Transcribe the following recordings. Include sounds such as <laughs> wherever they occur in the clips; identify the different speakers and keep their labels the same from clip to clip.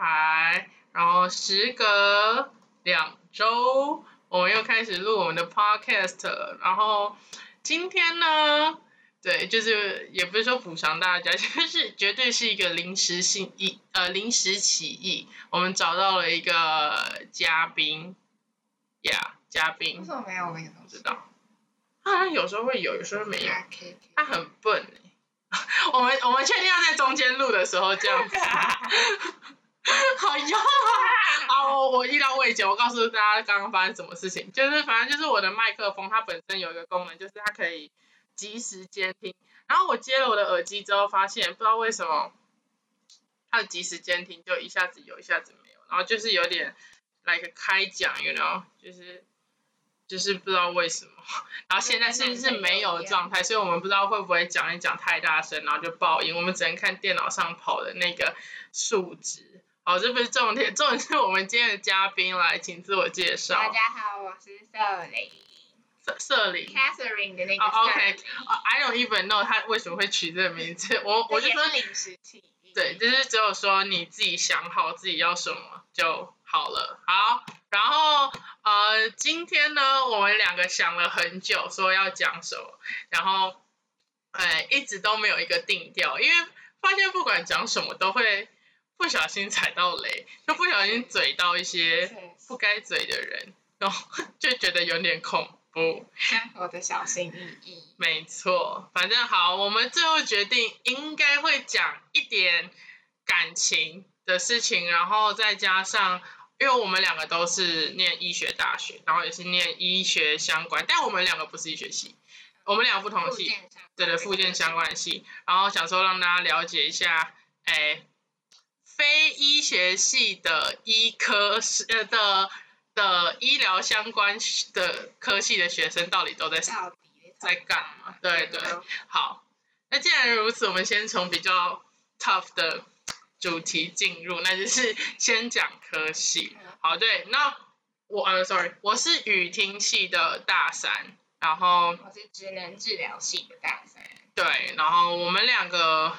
Speaker 1: 来，然后时隔两周，我们又开始录我们的 podcast，了然后今天呢，对，就是也不是说补偿大家， <laughs> 就是绝对是一个临时性意呃临时起意，我们找到了一个嘉宾，Yeah，嘉
Speaker 2: 为
Speaker 1: 宾，
Speaker 2: 什么没有我那个
Speaker 1: 不
Speaker 2: 东
Speaker 1: 知
Speaker 2: 西？
Speaker 1: 道，他好像有时候会有，有时候没有。
Speaker 2: 啊可以可以
Speaker 1: 他很笨、欸、 <laughs> 我们我们确定要在中间录的时候这样子。好用啊！我我意料未及，我告诉大家刚刚发生什么事情，就是反正就是我的麦克风它本身有一个功能，就是它可以及时监听。然后我接了我的耳机之后，发现不知道为什么它的及时监听就一下子有，一下子没有，然后就是有点来个开奖，you know，就是就是不知道为什么。然后现在是是没有的状态，所以我们不知道会不会讲一讲太大声，然后就爆音。我们只能看电脑上跑的那个数值。好，这不是重点，重点是我们今天的嘉宾来，请自我介
Speaker 2: 大
Speaker 1: 绍。
Speaker 2: 家好，我是瑟琳
Speaker 1: 瑟瑟琳。
Speaker 2: ，Catherine 的那
Speaker 1: 哦
Speaker 2: 个瑟
Speaker 1: ，OK
Speaker 2: 琳，
Speaker 1: 啊 I don't even know 他为什么会取这个名字。我我就
Speaker 2: 这
Speaker 1: 说
Speaker 2: 也是临时起意。
Speaker 1: 对，就是只有说你自己想好自己要什么就好了。好，然后呃，今天呢，我们两个想了很久，说要讲什么，然后呃，一直都没有一个定调，因为发现不管讲什么都会不小心踩到雷，就不小心嘴到一些
Speaker 2: 对，
Speaker 1: 不该嘴的人，然后就觉得有点恐怖。
Speaker 2: 生活的小心翼翼。
Speaker 1: 没错，反正好，我们最后决定应该会讲一点感情的事情，然后再加上，因为我们两个都是念医学大学，然后也是念医学相关，但我们两个不是医学系，我们两个不同的
Speaker 2: 附
Speaker 1: 系，
Speaker 2: 件上，
Speaker 1: 对对，附件相关的系，然后想说让大家了解一下，哎，非医学系的医科是呃的的医疗相关的科系的学生到底都在
Speaker 2: 到底
Speaker 1: 在干嘛对对好，那既然如此，我们先从比较 tough 的主题进入，那就是先讲科系。好，对，那我呃，sorry，我是语听系的大三，然后
Speaker 2: 我是职能治疗系的大三。
Speaker 1: 对，然后我们两个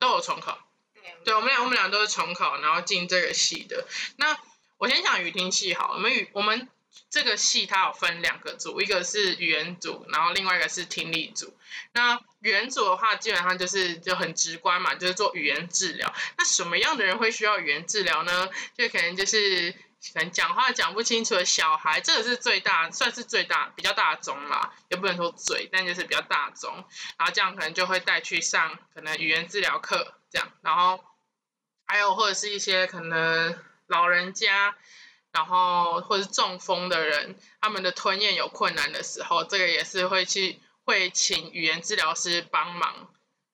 Speaker 1: 都有重考，
Speaker 2: 对，
Speaker 1: 对我们俩我们俩都是重考，然后进这个系的。那我先讲语听系好了，我们语我们这个系它有分两个组，一个是语言组，然后另外一个是听力组。那语言组的话，基本上就是就很直观嘛，就是做语言治疗。那什么样的人会需要语言治疗呢？就可能就是可能讲话讲不清楚的小孩，这个是最大，算是最大比较大宗啦，也不能说最，但就是比较大宗。然后这样可能就会带去上可能语言治疗课这样，然后还有或者是一些可能老人家，然后或者是中风的人，他们的吞咽有困难的时候，这个也是会去会请语言治疗师帮忙，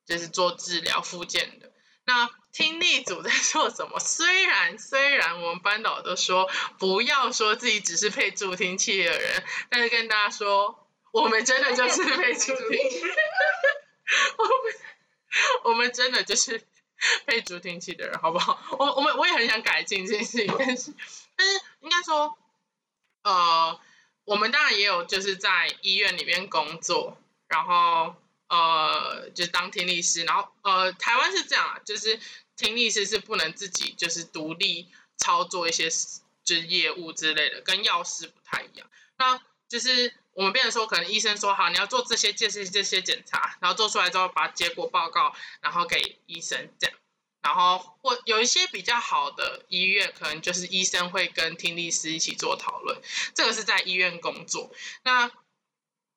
Speaker 1: 就是做治疗复健的。那听力组在 <laughs> 做什么？虽然虽然我们班导都说不要说自己只是配助听器的人，但是跟大家说，我们真的就是配助
Speaker 2: <laughs>
Speaker 1: 听器。我们 <laughs> 我们真的就是被助听器的人，好不好？ <laughs> 我我们我也很想改进这件事情，但是 <laughs> 但是应该说，呃，我们当然也有就是在医院里面工作，然后呃，就是当听力师，然后呃，台湾是这样啊，就是听力师是不能自己就是独立操作一些就是业务之类的，跟药师不太一样。那就是我们变成说，可能医生说好，你要做这些、这些、这些检查，然后做出来之后把结果报告，然后给医生这样。然后或有一些比较好的医院，可能就是医生会跟听力师一起做讨论，这个是在医院工作。那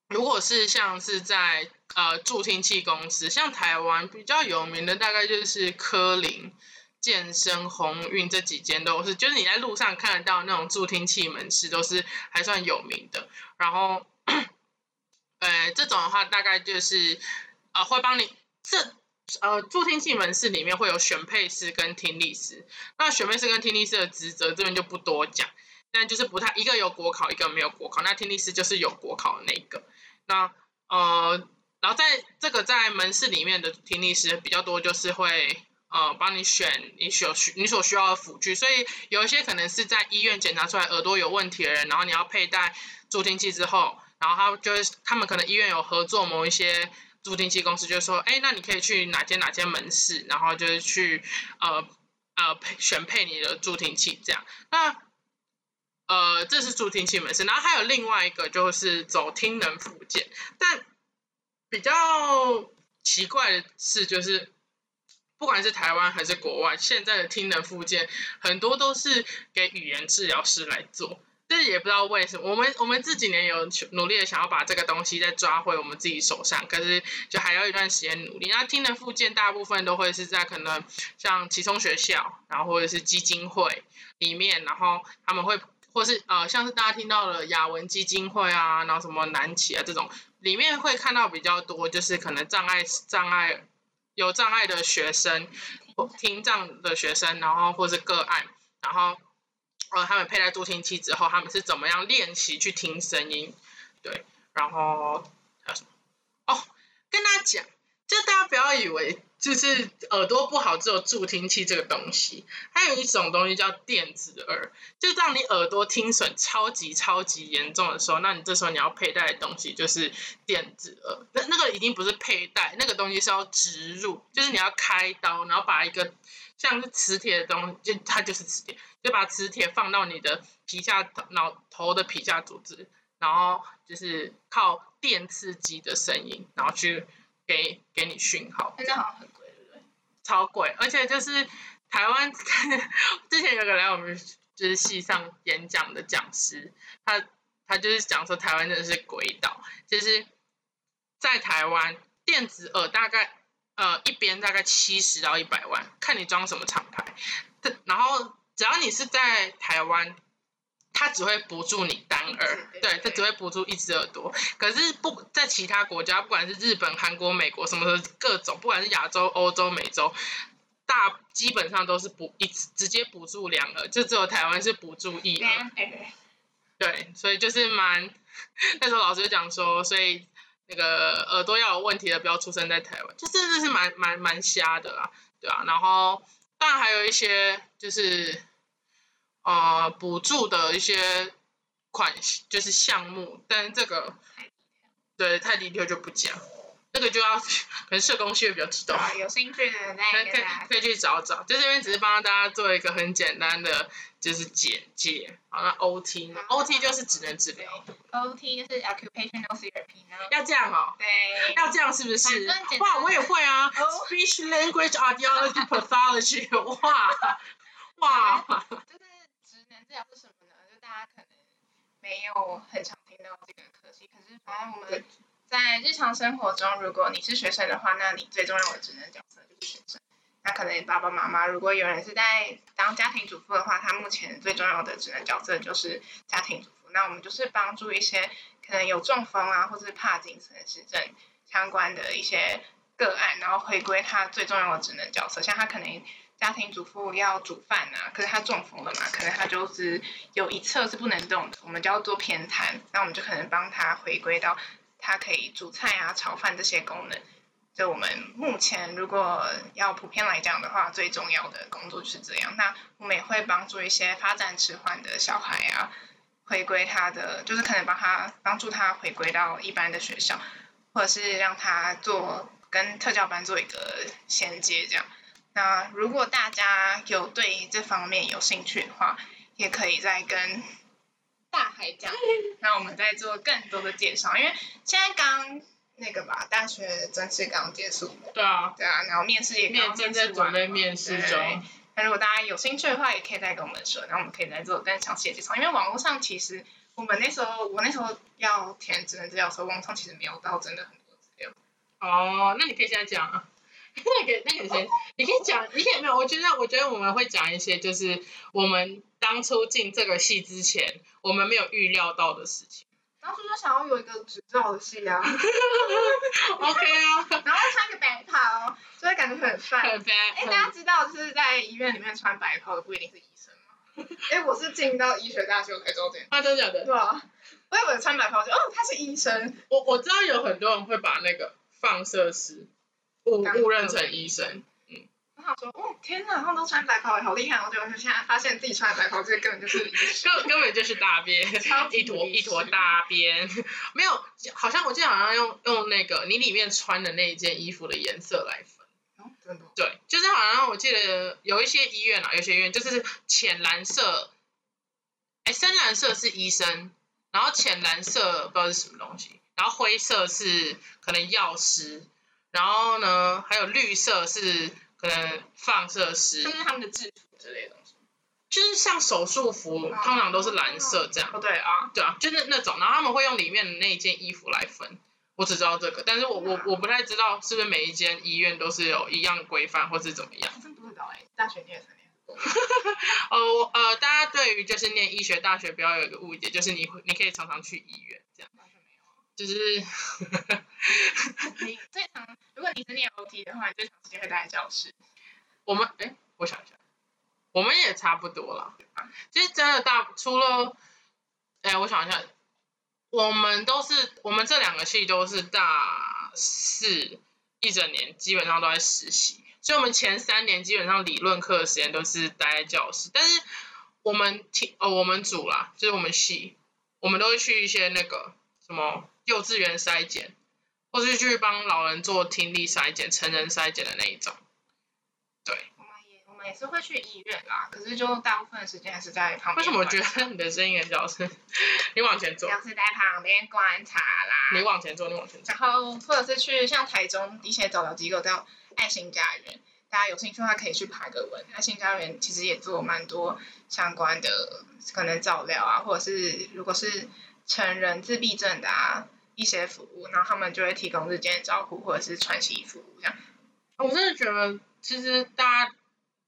Speaker 1: 如果是像是在呃助听器公司，像台湾比较有名的大概就是科林、健身、鸿运这几间都是，就是你在路上看得到那种助听器门市都是还算有名的。然后， <coughs> 呃，这种的话大概就是呃会帮你这。呃，助听器门市里面会有选配师跟听力师，那选配师跟听力师的职责这边就不多讲，但就是不太一个有国考，一个没有国考，那听力师就是有国考的那个。那呃，然后在这个在门市里面的听力师比较多，就是会呃帮你选你所需你所需要的辅具，所以有一些可能是在医院检查出来耳朵有问题的人，然后你要佩戴助听器之后，然后他就是他们可能医院有合作某一些助听器公司，就说，哎，那你可以去哪间哪间门市，然后就是去呃呃配选配你的助听器这样。那呃，这是助听器门市，然后还有另外一个就是走听能附件，但比较奇怪的是，就是不管是台湾还是国外，现在的听能附件很多都是给语言治疗师来做。但是也不知道为什么，我们我们这几年有努力的想要把这个东西再抓回我们自己手上，可是就还要一段时间努力。那听的附件大部分都会是在可能像启聪学校，然后或者是基金会里面，然后他们会或是呃像是大家听到了雅文基金会啊，然后什么南企啊这种，里面会看到比较多，就是可能障碍障碍有障碍的学生，或听障的学生，然后或是个案，然后。呃，他们佩戴助听器之后，他们是怎么样练习去听声音？对，然后还有什么？哦，跟大家讲，就大家不要以为就是耳朵不好只有助听器这个东西，还有一种东西叫电子耳，就当你耳朵听损超级超级严重的时候，那你这时候你要佩戴的东西就是电子耳，那那个已经不是佩戴，那个东西是要植入，就是你要开刀，然后把一个像是磁铁的东西，就它就是磁铁。就把磁铁放到你的皮下脑头的皮下组织，然后就是靠电刺激的声音，然后去给给你讯号，
Speaker 2: 那好像很贵，对不对？
Speaker 1: 超贵，而且就是台湾 <laughs> 之前有个来我们就是系上演讲的讲师，他他就是讲说台湾真的是鬼岛，就是在台湾电子耳大概呃一边大概七十到一百万，看你装什么厂牌，这然后。只要你是在台湾，它只会补助你单耳，
Speaker 2: 一只
Speaker 1: 对，
Speaker 2: 对
Speaker 1: 它
Speaker 2: 对
Speaker 1: 只会补助一只耳朵。可是不在其他国家，不管是日本、韩国、美国，什么的各种，不管是亚洲、欧洲、美洲，大基本上都是补一只直接补助两耳，就只有台湾是补助一耳。
Speaker 2: 哎、对
Speaker 1: 对，所以就是蛮 <laughs> 那时候老师就讲说，所以那个耳朵要有问题的不要出生在台湾，就真的是蛮蛮蛮瞎的啦，对啊。然后当然还有一些就是呃补助的一些款就是项目，但是这个对太 detail 就不讲，这个就要 <laughs> 可能社工系会比较知道。
Speaker 2: 啊有兴趣的
Speaker 1: 可
Speaker 2: 再
Speaker 1: 以
Speaker 2: 跟
Speaker 1: 可以
Speaker 2: 大家
Speaker 1: 可以去找找，就这边只是帮大家做一个很简单的就是简介。好，那 OT 呢？OT 就是职能治疗，
Speaker 2: OT 就是 occupational therapy 呢，
Speaker 1: 要这样哦， <laughs>
Speaker 2: 对，
Speaker 1: 要这样是不
Speaker 2: 反正
Speaker 1: 是
Speaker 2: 简单？
Speaker 1: 哇，我也会啊
Speaker 2: 哦
Speaker 1: ，Speech Language Audiology Pathology，哇哇，
Speaker 2: 就是职能治疗是什么呢？就大家可能没有很常听到这个科系，可是反正我们在日常生活中，如果你是学生的话，那你最重要的职能角色就是学生。那可能爸爸妈妈，如果有人是在当家庭主妇的话，他目前最重要的职能角色就是家庭主妇。那我们就是帮助一些可能有中风啊，或是帕金森氏症相关的一些个案，然后回归他最重要的职能角色。像他可能家庭主妇要煮饭啊，可是他中风了嘛，可能他就是有一侧是不能动的，我们就要做偏瘫，那我们就可能帮他回归到他可以煮菜啊、炒饭这些功能。就我们目前如果要普遍来讲的话，最重要的工作就是这样。那我们也会帮助一些发展迟缓的小孩啊，回归他的，就是可能帮他帮助他回归到一般的学校，或者是让他做跟特教班做一个衔接这样。那如果大家有对这方面有兴趣的话，也可以再跟大海讲，那我们再做更多的介绍。因为现在刚那个吧，大学正式刚结束，
Speaker 1: 对啊，
Speaker 2: 对啊，然后面试也
Speaker 1: 面
Speaker 2: 刚
Speaker 1: 正
Speaker 2: 面
Speaker 1: 在
Speaker 2: 试
Speaker 1: 准
Speaker 2: 完嘛。
Speaker 1: 备面试
Speaker 2: 对
Speaker 1: 中，
Speaker 2: 那如果大家有兴趣的话，也可以再跟我们说，然后我们可以再做更详细的介绍。因为网络上其实我们那时候，我那时候要填职能资料的时候，网上其实没有到真的很多资料。
Speaker 1: 哦，那你可以现在讲啊。那个那个先，你可以讲，你可以没有？我觉得，我觉得我们会讲一些，就是我们当初进这个戏之前，我们没有预料到的事情。
Speaker 2: 当初就想要有一个执照的系啊，
Speaker 1: OK 啊，
Speaker 2: 然后穿个白袍，就会感觉很帅。
Speaker 1: 很 bad，
Speaker 2: 哎，大家知道就是在医院里面穿白袍的不一定是医生吗？ <laughs> 哎，我是进到医学大学我才知道这件事。
Speaker 1: 啊，真的假的？
Speaker 2: 对啊，我以为穿白袍就哦他是医生，
Speaker 1: 我我知道有很多人会把那个放射师误
Speaker 2: 当
Speaker 1: 误认成医生，
Speaker 2: 我想说哦天哪，他们都穿白袍好厉害哦，结果就现在发现自己穿的白袍这根本就是医生。
Speaker 1: 根根本就是大便
Speaker 2: 超，级
Speaker 1: 一坨
Speaker 2: 无
Speaker 1: 一坨
Speaker 2: 耻
Speaker 1: 大便，没有，好像我记得好像用用那个你里面穿的那一件衣服的颜色来分，
Speaker 2: 哦真 <laughs> 真的哦。
Speaker 1: 对，就是好像我记得有一些医院啊，有些医院就是浅蓝色，哎，深蓝色是医生，然后浅蓝色不知道是什么东西，然后灰色是可能药师，然后呢还有绿色是可能放射师，
Speaker 2: 就是嗯他们的制服之类的东西。
Speaker 1: 就是像手术服通常都是蓝色这样，
Speaker 2: 哦，对啊，
Speaker 1: 对啊，就是那种，然后他们会用里面的那一件衣服来分。我只知道这个，但是我我我不太知道是不是每一间医院都是有一样规范或是怎么样。
Speaker 2: 真不知道哎，大学念三年。 <laughs>
Speaker 1: 呃，我呃，大家对于就是念医学大学不要有一个误解，就是你会你可以常常去医院，这样
Speaker 2: 完全没有啊
Speaker 1: 就是
Speaker 2: <laughs> 你最常，如果你是念 OT 的话，你最长时间会待在教室。
Speaker 1: 我们哎，我想一下，我们也差不多了。其实真的大除了，哎，我想一下，我们都是我们这两个系都是大四一整年基本上都在实习，所以我们前三年基本上理论课的时间都是待在教室，但是我们体哦我们组啦，就是我们系，我们都会去一些那个什么幼稚园筛检，或是去帮老人做听力筛检、成人筛检的那一种。
Speaker 2: 我们也我们也是会去医院啦，可是就大部分的时间还是在旁边。
Speaker 1: 为什么我觉？得你的声音很小声？你往前坐，
Speaker 2: 要是在旁边观察啦。
Speaker 1: 你往前坐，你往前坐。
Speaker 2: 然后或者是去像台中一些导疗机构叫爱心家园，大家有兴趣的话可以去爬个文。爱心家园其实也做蛮多相关的可能照料啊，或者是如果是成人自闭症的啊一些服务，然后他们就会提供日间照顾或者是穿洗服务这样。
Speaker 1: 我真的觉得，其实大家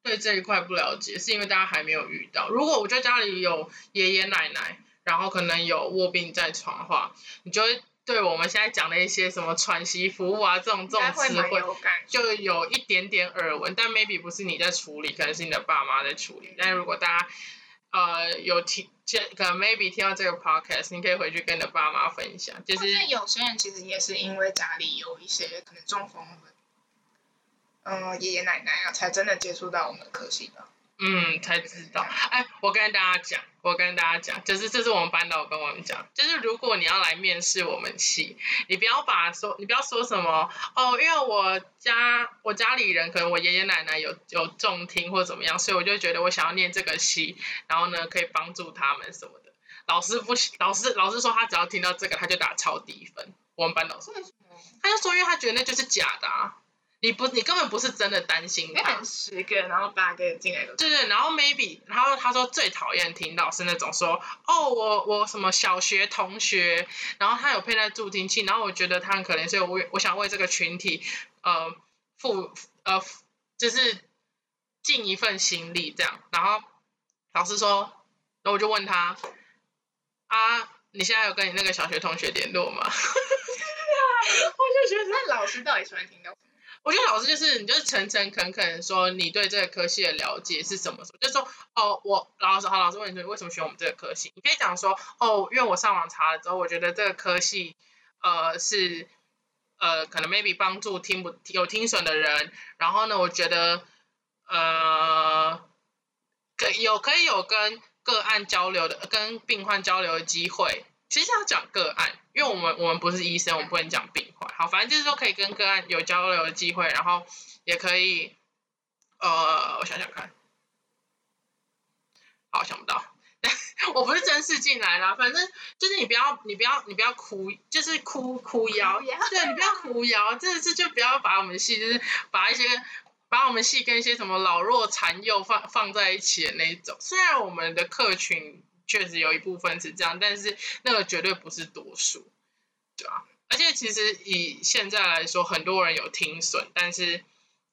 Speaker 1: 对这一块不了解，是因为大家还没有遇到。如果我觉得家里有爷爷奶奶，然后可能有卧病在床的话，你就会对我们现在讲的一些什么喘息服务啊这种这
Speaker 2: 应该
Speaker 1: 种
Speaker 2: 会
Speaker 1: 词
Speaker 2: 蛮
Speaker 1: 汇，
Speaker 2: 有感触。
Speaker 1: <laughs> 就有一点点耳闻，但 maybe 不是你在处理，可能是你的爸妈在处理。但如果大家呃有听，这可能 maybe 听到这个 podcast，你可以回去跟你的爸妈分享，就
Speaker 2: 或
Speaker 1: 是
Speaker 2: 是有些人其实也是因为家里有一些可能中风的，嗯，爷爷奶奶啊，才真的接触到我们的科系吧。
Speaker 1: 嗯才知道。哎，我跟大家讲，我跟大家讲，就是这是我们班导跟我们讲，就是如果你要来面试我们系，你不要把说，你不要说什么哦，因为我家我家里人可能我爷爷奶奶有有重听或怎么样，所以我就觉得我想要念这个系，然后呢可以帮助他们什么的。老师不行，老师老师说他只要听到这个他就打超低分。我们班导说，
Speaker 2: 为什么？
Speaker 1: 他就说因为他觉得那就是假的、啊，你不你根本不是真的担心
Speaker 2: 因为
Speaker 1: 他
Speaker 2: 可。能十个，然后八个进来 <laughs> 都
Speaker 1: 对对，然后 maybe，然后他说最讨厌听到是那种说，哦，我我什么小学同学，然后他有佩戴助听器，然后我觉得他很可怜，所以我为我想为这个群体，呃，付呃，就是尽一份心力这样。然后老师说，然后我就问他，啊，你现在有跟你那个小学同学联络吗？我就觉得。
Speaker 2: 那老师到底喜欢听到什么？
Speaker 1: 我觉得老师就是你就是诚诚恳恳地说你对这个科系的了解是什么时候，就是说哦，我老师好，老师问你说你为什么选我们这个科系，你可以讲说哦，因为我上网查了之后，我觉得这个科系呃是呃可能 maybe 帮助听不有听损的人，然后呢，我觉得呃可有可以有跟个案交流的跟病患交流的机会，其实要讲个案，因为我们我们不是医生，我们不能讲病患。好，反正就是说可以跟个案有交流的机会，然后也可以，呃，我想想看，好想不到， <laughs> 我不是真是进来啦，反正就是你不要你不要你不要哭，就是哭哭腰
Speaker 2: 哭腰，
Speaker 1: <laughs> 对你不要哭腰，真的是就不要把我们戏就是把一些。把我们系跟一些什么老弱残幼放放在一起的那一种，虽然我们的客群确实有一部分是这样，但是那个绝对不是多数，对啊。而且其实以现在来说，很多人有听损，但是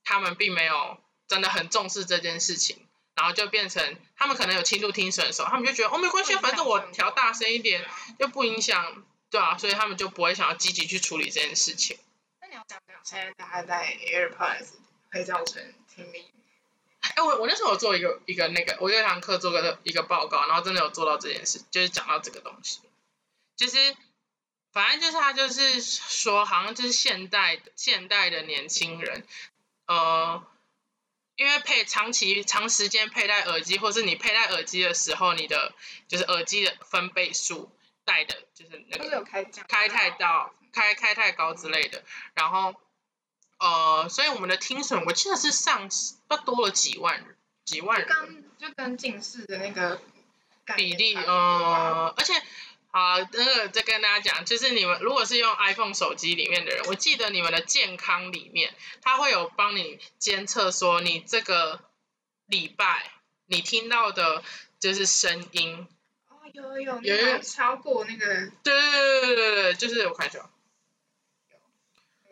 Speaker 1: 他们并没有真的很重视这件事情，然后就变成他们可能有轻度听损的时候，他们就觉得哦没关系，反正我调大声一点又不影响，对啊，所以他们就不会想要积极去处理这件事情。
Speaker 2: 那你要讲讲现在大家在 AirPods 会造成听力
Speaker 1: 哎，我我那时候有做一个一个那个，我有一堂课做个一个报告，然后真的有做到这件事，就是讲到这个东西，就是反正就是他就是说，好像就是现代现代的年轻人，呃，因为佩长期长时间佩戴耳机，或是你佩戴耳机的时候，你的就是耳机的分贝数带的，就是那
Speaker 2: 不
Speaker 1: 个
Speaker 2: 是有开讲
Speaker 1: 开太高，开开太高之类的，然后呃，所以我们的听损我记得是上不多了几万人，几万人
Speaker 2: 刚就跟近视的那个概
Speaker 1: 比
Speaker 2: 念
Speaker 1: 例，
Speaker 2: 差不多啊，
Speaker 1: 呃，而且好，那个再跟大家讲，就是你们如果是用 iPhone 手机里面的人，我记得你们的健康里面，它会有帮你监测说你这个礼拜你听到的就是声音，
Speaker 2: 哦有有
Speaker 1: 有
Speaker 2: 有超过那个，
Speaker 1: 对对对对对对，就是我看一下，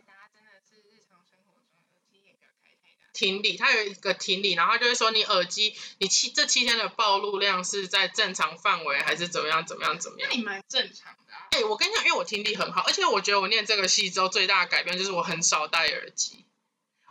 Speaker 2: 大家真的是日常生活中耳机也不要开太大，
Speaker 1: 听力，它有一个听力，然后它就会说你耳机你七这七天的暴露量是在正常范围还是怎么样怎么样怎么样
Speaker 2: 那。你蛮正常的啊。
Speaker 1: 哎、我跟你讲，因为我听力很好，而且我觉得我念这个系之后最大的改变就是我很少戴耳机。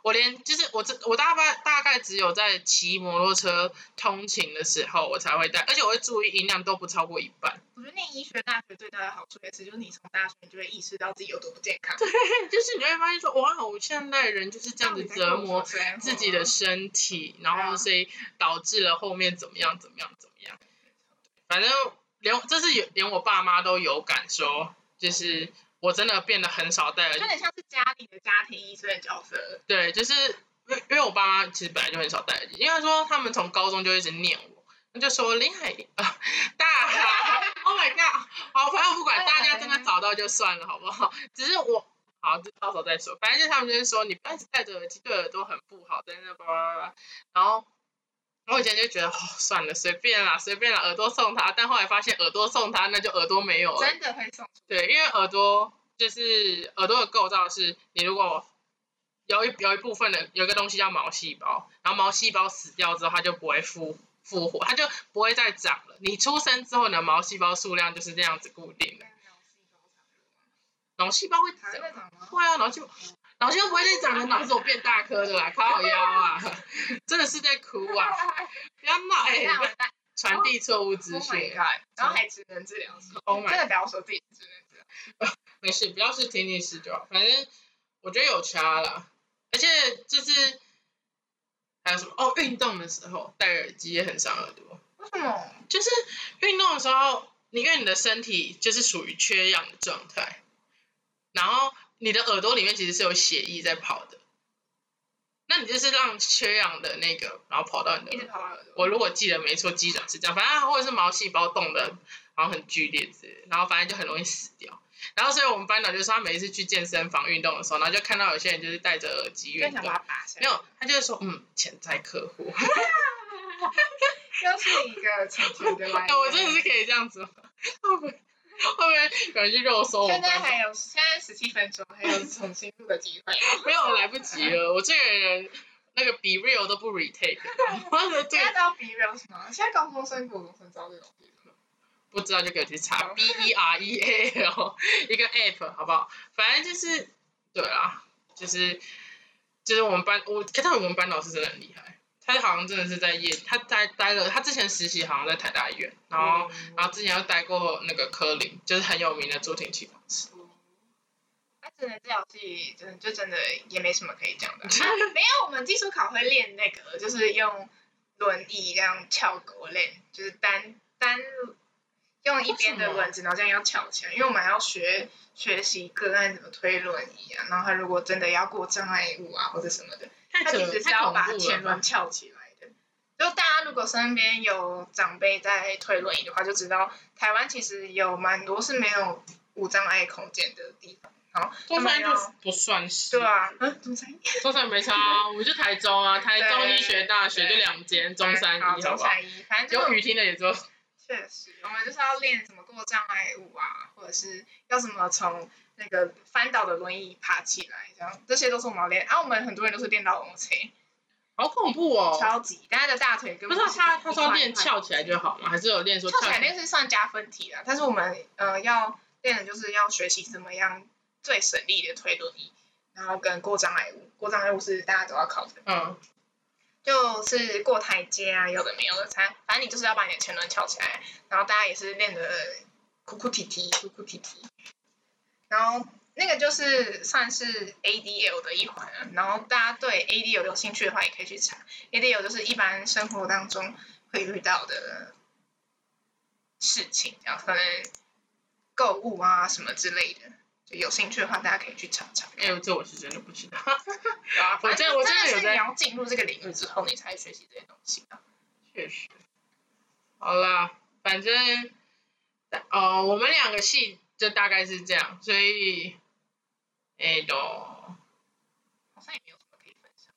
Speaker 1: 我连就是我这我大概大概只有在骑摩托车通勤的时候我才会戴，而且我会注意音量都不超过一半。
Speaker 2: 我觉得念医学大学最大的好处也是，就是你从大学你就会意识到自己有多不健康，
Speaker 1: 哎就是你会发现说，哇，我现代人就是这样子折磨自己
Speaker 2: 嗯
Speaker 1: 的身体，然后所以导致了后面怎么样怎么样怎么样。反正连这是有连我爸妈都有感说，就是我真的变得很少戴耳
Speaker 2: 就
Speaker 1: 机
Speaker 2: 有。点像是家里的家庭医生的角色。
Speaker 1: 对，就是因为因为我爸妈其实本来就很少戴耳机，因为说他们从高中就一直念我，那就说林海啊、大海，Oh my god！好，反正我不管，大家真的找到就算了，好不好？ <laughs> 只是我好，就到时候再说。反正就是他们就是说，你不要一直戴着耳机，对耳朵很不好，在那叭叭叭叭。然后我以前就觉得，哦，算了，随便啦，随便啦，耳朵送他。但后来发现，耳朵送他，那就耳朵没有了。
Speaker 2: 真的会送出去。
Speaker 1: 对，因为耳朵就是耳朵的构造是，你如果有一有一部分的有一个东西叫毛细胞，然后毛细胞死掉之后，它就不会复复活，它就不会再长了。你出生之后，你的毛细胞数量就是这样子固定的。脑细胞会长，
Speaker 2: 还会长吗？ <laughs>
Speaker 1: 会啊，脑细胞。脑细胞不会再长的，脑子我变大颗的啦，靠腰啊， <laughs> 真的是在哭啊！不要闹，哎、
Speaker 2: 哎，
Speaker 1: 你
Speaker 2: 那
Speaker 1: 不
Speaker 2: 我
Speaker 1: 要
Speaker 2: 带
Speaker 1: 传递错误
Speaker 2: Oh
Speaker 1: 资
Speaker 2: my
Speaker 1: 讯。
Speaker 2: god！然后还只能治疗师，
Speaker 1: Oh my
Speaker 2: 真的不要说自己只能治疗师。
Speaker 1: 没事，不要是听力师就好。反正我觉得有差啦，而且就是还有什么哦，运动的时候戴耳机也很伤耳朵。
Speaker 2: 为什么？
Speaker 1: 就是运动的时候，你因为你的身体就是属于缺氧的状态，然后你的耳朵里面其实是有血液在跑的，那你就是让缺氧的那个，然后跑到你的
Speaker 2: 一直跑到耳朵。
Speaker 1: 我如果记得没错，机长是这样，反正它或者是毛细胞动的，好像很剧烈之类的，然后反正就很容易死掉。然后所以我们班长就说，他每一次去健身房运动的时候，然后就看到有些人就是戴着耳机
Speaker 2: 就
Speaker 1: 运
Speaker 2: 想把哎
Speaker 1: 动，
Speaker 2: 它拔下
Speaker 1: 没
Speaker 2: 来，
Speaker 1: 有，他就会说，嗯，潜在客户。
Speaker 2: 又是一个钱
Speaker 1: <laughs>
Speaker 2: 钱的来
Speaker 1: 哎，<laughs>
Speaker 2: 源。
Speaker 1: 我真的是可以这样子吗？会不会会不会有人去肉哦搜我
Speaker 2: 现
Speaker 1: 班
Speaker 2: 在
Speaker 1: 长？
Speaker 2: 还有，现在十七分钟，还有重新录的机
Speaker 1: <laughs>
Speaker 2: 会。
Speaker 1: 没有，来不及了。我这个人那个 be real 都不 retake，我的这
Speaker 2: 现
Speaker 1: 个
Speaker 2: 在都要 be real 是吗？现在高中生、国中生知道这种东西吗？
Speaker 1: 不知道就给我去查
Speaker 2: 好
Speaker 1: B E R E A L <laughs> 一个 app 好不好？反正就是对啊，就是就是我们班我看到我们班老师真的很厉害，他好像真的是在业他待待了，他之前实习好像在台大医院，然
Speaker 2: 嗯
Speaker 1: 后、然后之前又待过那个科林，就是很有名的助听器老师。
Speaker 2: 那真的治疗系真的就真的也没什么可以讲的、啊，没有我们技术考会练那个，就是用轮椅这样翘狗练，就是单单用一边的轮子，然后这样要翘起来，因为我们还要学学习个案怎么推轮椅啊，然后他如果真的要过障碍物啊或者什么的，
Speaker 1: 太
Speaker 2: <laughs> 他
Speaker 1: 扯
Speaker 2: 其
Speaker 1: 了，
Speaker 2: 实是
Speaker 1: 太
Speaker 2: 要
Speaker 1: 恐
Speaker 2: 把
Speaker 1: 怖
Speaker 2: 前
Speaker 1: 了吧。
Speaker 2: 轮翘起来的。就大家如果身边有长辈在推轮椅的话，就知道台湾其实有蛮多是没有无障碍空间的地方。然后他
Speaker 1: 中
Speaker 2: 们
Speaker 1: 山就
Speaker 2: 要
Speaker 1: 不算是，
Speaker 2: 对啊，嗯，中山一，
Speaker 1: 中山没差啊，我就台中啊，台中
Speaker 2: <laughs> 对
Speaker 1: 医学大学就
Speaker 2: 对
Speaker 1: 两间，中山
Speaker 2: 好
Speaker 1: 医好
Speaker 2: 中
Speaker 1: 不好？
Speaker 2: 山一，反正
Speaker 1: 有
Speaker 2: 就是
Speaker 1: 雨听的也就
Speaker 2: 确实，我们就是要练什么过障碍物啊，或者是要怎么从那个翻倒的轮椅爬起来，这样这些都是我们要练。啊，我们很多人都是练到 O C，
Speaker 1: 好恐怖哦。
Speaker 2: 超级，大家的大腿根
Speaker 1: 不
Speaker 2: 本
Speaker 1: 是他，他
Speaker 2: 一
Speaker 1: 说
Speaker 2: 块
Speaker 1: 练
Speaker 2: 一块
Speaker 1: 翘起来就好吗？还是有练说
Speaker 2: 跳起来
Speaker 1: 起
Speaker 2: 那个是算加分题啦，但是我们呃要练的就是要学习怎么样最省力的推轮椅，然后跟过障碍物，过障碍物是大家都要考的，
Speaker 1: 嗯，
Speaker 2: 就是过台阶啊，有的没有的，反反正你就是要把你的前轮翘起来，然后大家也是练的哭哭啼啼，哭哭啼啼，然后那个就是算是 ADL 的一环啊，然后大家对 ADL 有兴趣的话，也可以去查 ADL 就是一般生活当中会遇到的事情，然后可能购物啊什么之类的，就有兴趣的话，大家可以去查查
Speaker 1: 哎、
Speaker 2: 看。
Speaker 1: 这我是真的不
Speaker 2: <laughs>
Speaker 1: 知道。
Speaker 2: 对啊，
Speaker 1: 我
Speaker 2: 反
Speaker 1: 真
Speaker 2: 正
Speaker 1: 的我真的
Speaker 2: 真
Speaker 1: 有
Speaker 2: 是
Speaker 1: 在
Speaker 2: 你要进入这个领域之后，你才会学习这些东西啊。
Speaker 1: 确实。好啦，反正，哦，我们两个系就大概是这样，所以，哎都，
Speaker 2: 好像也没有什么可以分享。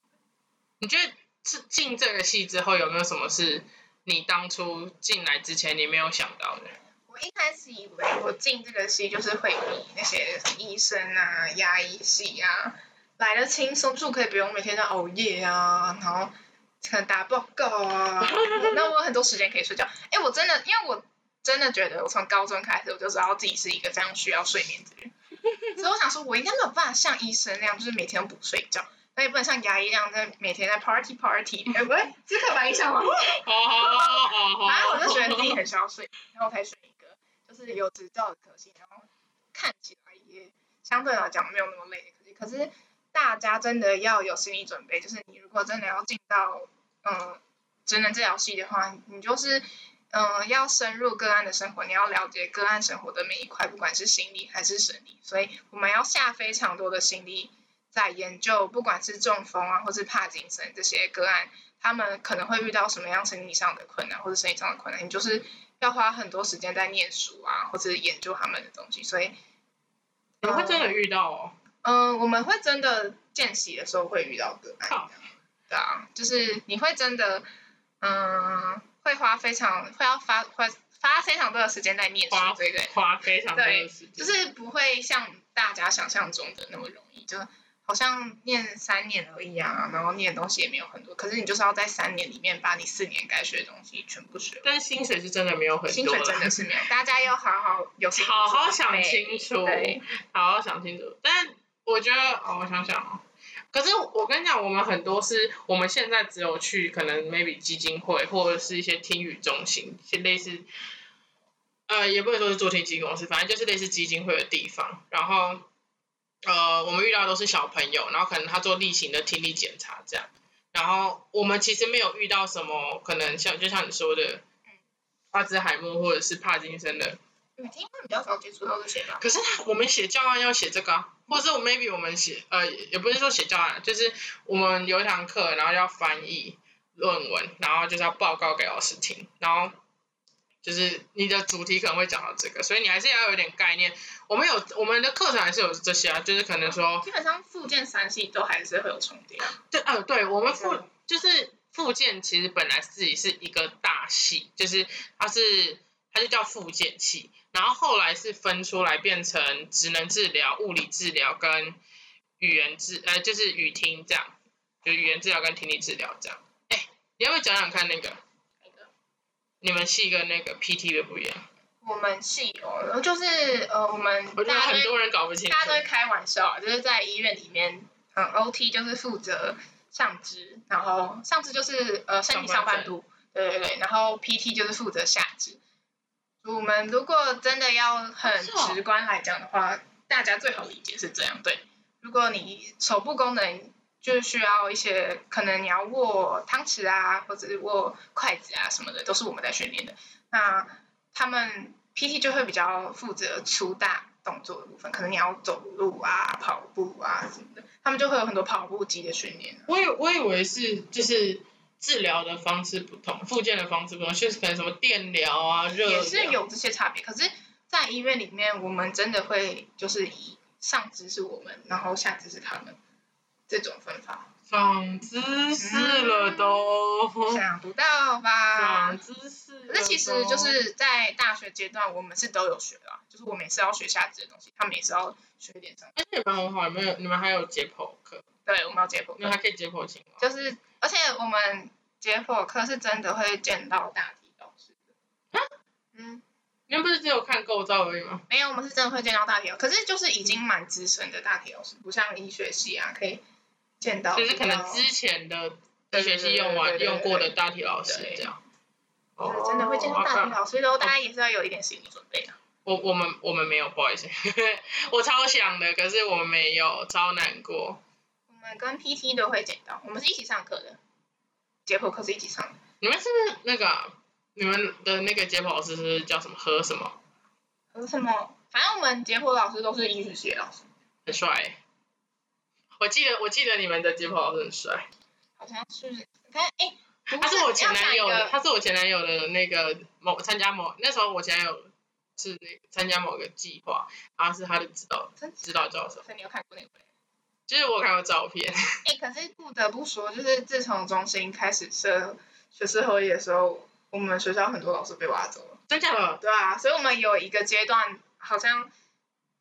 Speaker 1: 你觉得是进这个系之后有没有什么是你当初进来之前你没有想到
Speaker 2: <laughs>
Speaker 1: 的？
Speaker 2: 我一开始以为我进这个系就是会比那些医生啊、牙医系啊来的轻松，就可以不用每天在熬夜啊，然后可能打报告啊，那我有很多时间可以睡觉。哎，我真的，因为我真的觉得我从高中开始我就知道自己是一个非常需要睡眠的人，所以我想说，我应该没有办法像医生那样，就是每天都不睡觉。那也不能像牙医那样在每天在 party party，哎、不是，这刻板印象吗？
Speaker 1: 哦哦
Speaker 2: 反啊正我就觉得
Speaker 1: <laughs>
Speaker 2: 自己很需要睡，然后我才选一个就是有执照的科系，然后看起来也相对来讲没有那么累的科系。可是大家真的要有心理准备，就是你如果真的要进到嗯职能治疗系的话，你就是嗯要深入个案的生活，你要了解个案生活的每一块，不管是心理还是生理，所以我们要下非常多的心力。在研究，不管是中风啊，或是帕金森这些个案，他们可能会遇到什么样身体上的困难，或者身体上的困难，你就是要花很多时间在念书啊，或者是研究他们的东西。所以，
Speaker 1: 你会真的遇到哦，
Speaker 2: 嗯、我们会真的见习的时候会遇到个案
Speaker 1: 靠，
Speaker 2: 对啊，就是你会真的，嗯、会花非常会要花花花非常多的时间在念书
Speaker 1: 花，
Speaker 2: 对对。
Speaker 1: 花非常多的时间，
Speaker 2: 就是不会像大家想象中的那么容易，就好像念三年而已啊，然后念的东西也没有很多，可是你就是要在三年里面把你四年该学的东西全部学完，
Speaker 1: 但薪水是真的没有很多，
Speaker 2: 薪水真的是没有，大家要好好有心理
Speaker 1: 好好
Speaker 2: 准
Speaker 1: 想
Speaker 2: 备
Speaker 1: 清楚，
Speaker 2: 对，
Speaker 1: 好好想清楚。但我觉得，哦，我想想哦。可是我跟你讲，我们很多是我们现在只有去可能 maybe 基金会或者是一些听语中心，一些类似，呃，也不能说是助听基金公司，反正就是类似基金会的地方。然后，呃，我们遇到的都是小朋友，然后可能他做例行的听力检查这样。然后我们其实没有遇到什么可能像就像你说的，阿兹海默或者是帕金森的
Speaker 2: 语听会比较少接触到这些吧。
Speaker 1: 可是我们写教案要写这个、啊，或者是我 maybe 我们写呃，也不是说写教案，就是我们有一堂课，然后要翻译论文，然后就是要报告给老师听，然后就是你的主题可能会讲到这个，所以你还是要有点概念。我们有我们的课程还是有这些啊，就是可能说，
Speaker 2: 基本上附件三系都还是会有重叠，
Speaker 1: 对呃，对我们附就是附件其实本来自己是一个大系，就是它是它就叫附件系，然后后来是分出来变成职能治疗、物理治疗跟语言治呃就是语听这样，就语言治疗跟听力治疗这样。哎，你要不要讲讲看那个你们系跟那个 PT 的不一样？
Speaker 2: 我们系哦，就是呃，我们
Speaker 1: 我觉得
Speaker 2: 大
Speaker 1: 很
Speaker 2: 家
Speaker 1: 多人搞不清楚
Speaker 2: 大家都。会开玩笑啊，就是在医院里面，嗯，OT 就是负责上肢，然后上肢就是呃身体上半部，对对对，然后 PT 就是负责下肢。我们如果真的要很
Speaker 1: 是哦
Speaker 2: 直观来讲的话，大家最好理解是这样，对。如果你手部功能就是需要一些，可能你要握汤匙啊，或者是握筷子啊什么的，都是我们在训练的。那他们 PT 就会比较负责粗大动作的部分，可能你要走路啊、跑步啊什么的，他们就会有很多跑步机的训练。
Speaker 1: 我以我以为是就是治疗的方式不同，附件的方式不同，就是可能什么电疗啊、热疗
Speaker 2: 也是有这些差别。可是，在医院里面，我们真的会就是以上肢是我们，然后下肢是他们这种分法，
Speaker 1: 长知识了都，
Speaker 2: 想不到吧
Speaker 1: 长？知识了都。
Speaker 2: 可是啊其实就是在大学阶段，我们是都有学啦，就是我们也是要学下肢的东西，他们也是要学一点上肢。
Speaker 1: 而且你们很好，你们有你们还有解剖课，
Speaker 2: 对，我们要解剖
Speaker 1: 你们
Speaker 2: 课，
Speaker 1: 还可以解剖青蛙。
Speaker 2: 就是而且我们解剖课是真的会见到大体老师的。嗯，
Speaker 1: 你们不是只有看构造而已吗？
Speaker 2: 没有，我们是真的会见到大体哦老师，可是就是已经蛮资深的大体老师，不像医学系啊，可以见到
Speaker 1: 就是可能
Speaker 2: 比较
Speaker 1: 之前的
Speaker 2: 对
Speaker 1: 医
Speaker 2: 对
Speaker 1: 学系用完
Speaker 2: 对对对
Speaker 1: 用过的大体老师
Speaker 2: 对
Speaker 1: 这样。
Speaker 2: 就是真的会见到大体
Speaker 1: 哦
Speaker 2: 老师的哦，大家也是要有一点心理准备啊的。
Speaker 1: 我我们我们没有，不好意思， <laughs> 我超想的，可是我们没有，超难过。
Speaker 2: 我们跟 PT 都会见到，我们是一起上课的，解剖课是一起上的。
Speaker 1: 你们是不是那个啊、你们的那个解剖老师是叫什么何什么？
Speaker 2: 有什么？反正我们解剖老师都是英语系的老师，
Speaker 1: 很帅。我记得我记得你们的解剖老师很帅，
Speaker 2: 好像是，反正哎，不过
Speaker 1: 他是我前男友
Speaker 2: 要讲一
Speaker 1: 的，
Speaker 2: 个
Speaker 1: 他是我前男友的那个某参加某那时候我前男友是那个参加某个计划，然后是他的指导
Speaker 2: 真
Speaker 1: 指导教授，
Speaker 2: 所以你有看过那个？
Speaker 1: 就是我有看过照
Speaker 2: <laughs>
Speaker 1: 片，
Speaker 2: 哎、可是不得不说，就是自从中心开始设学士后裔的时候，我们学校很多老师被挖走了。
Speaker 1: 真假的？
Speaker 2: 对啊，所以我们有一个阶段好像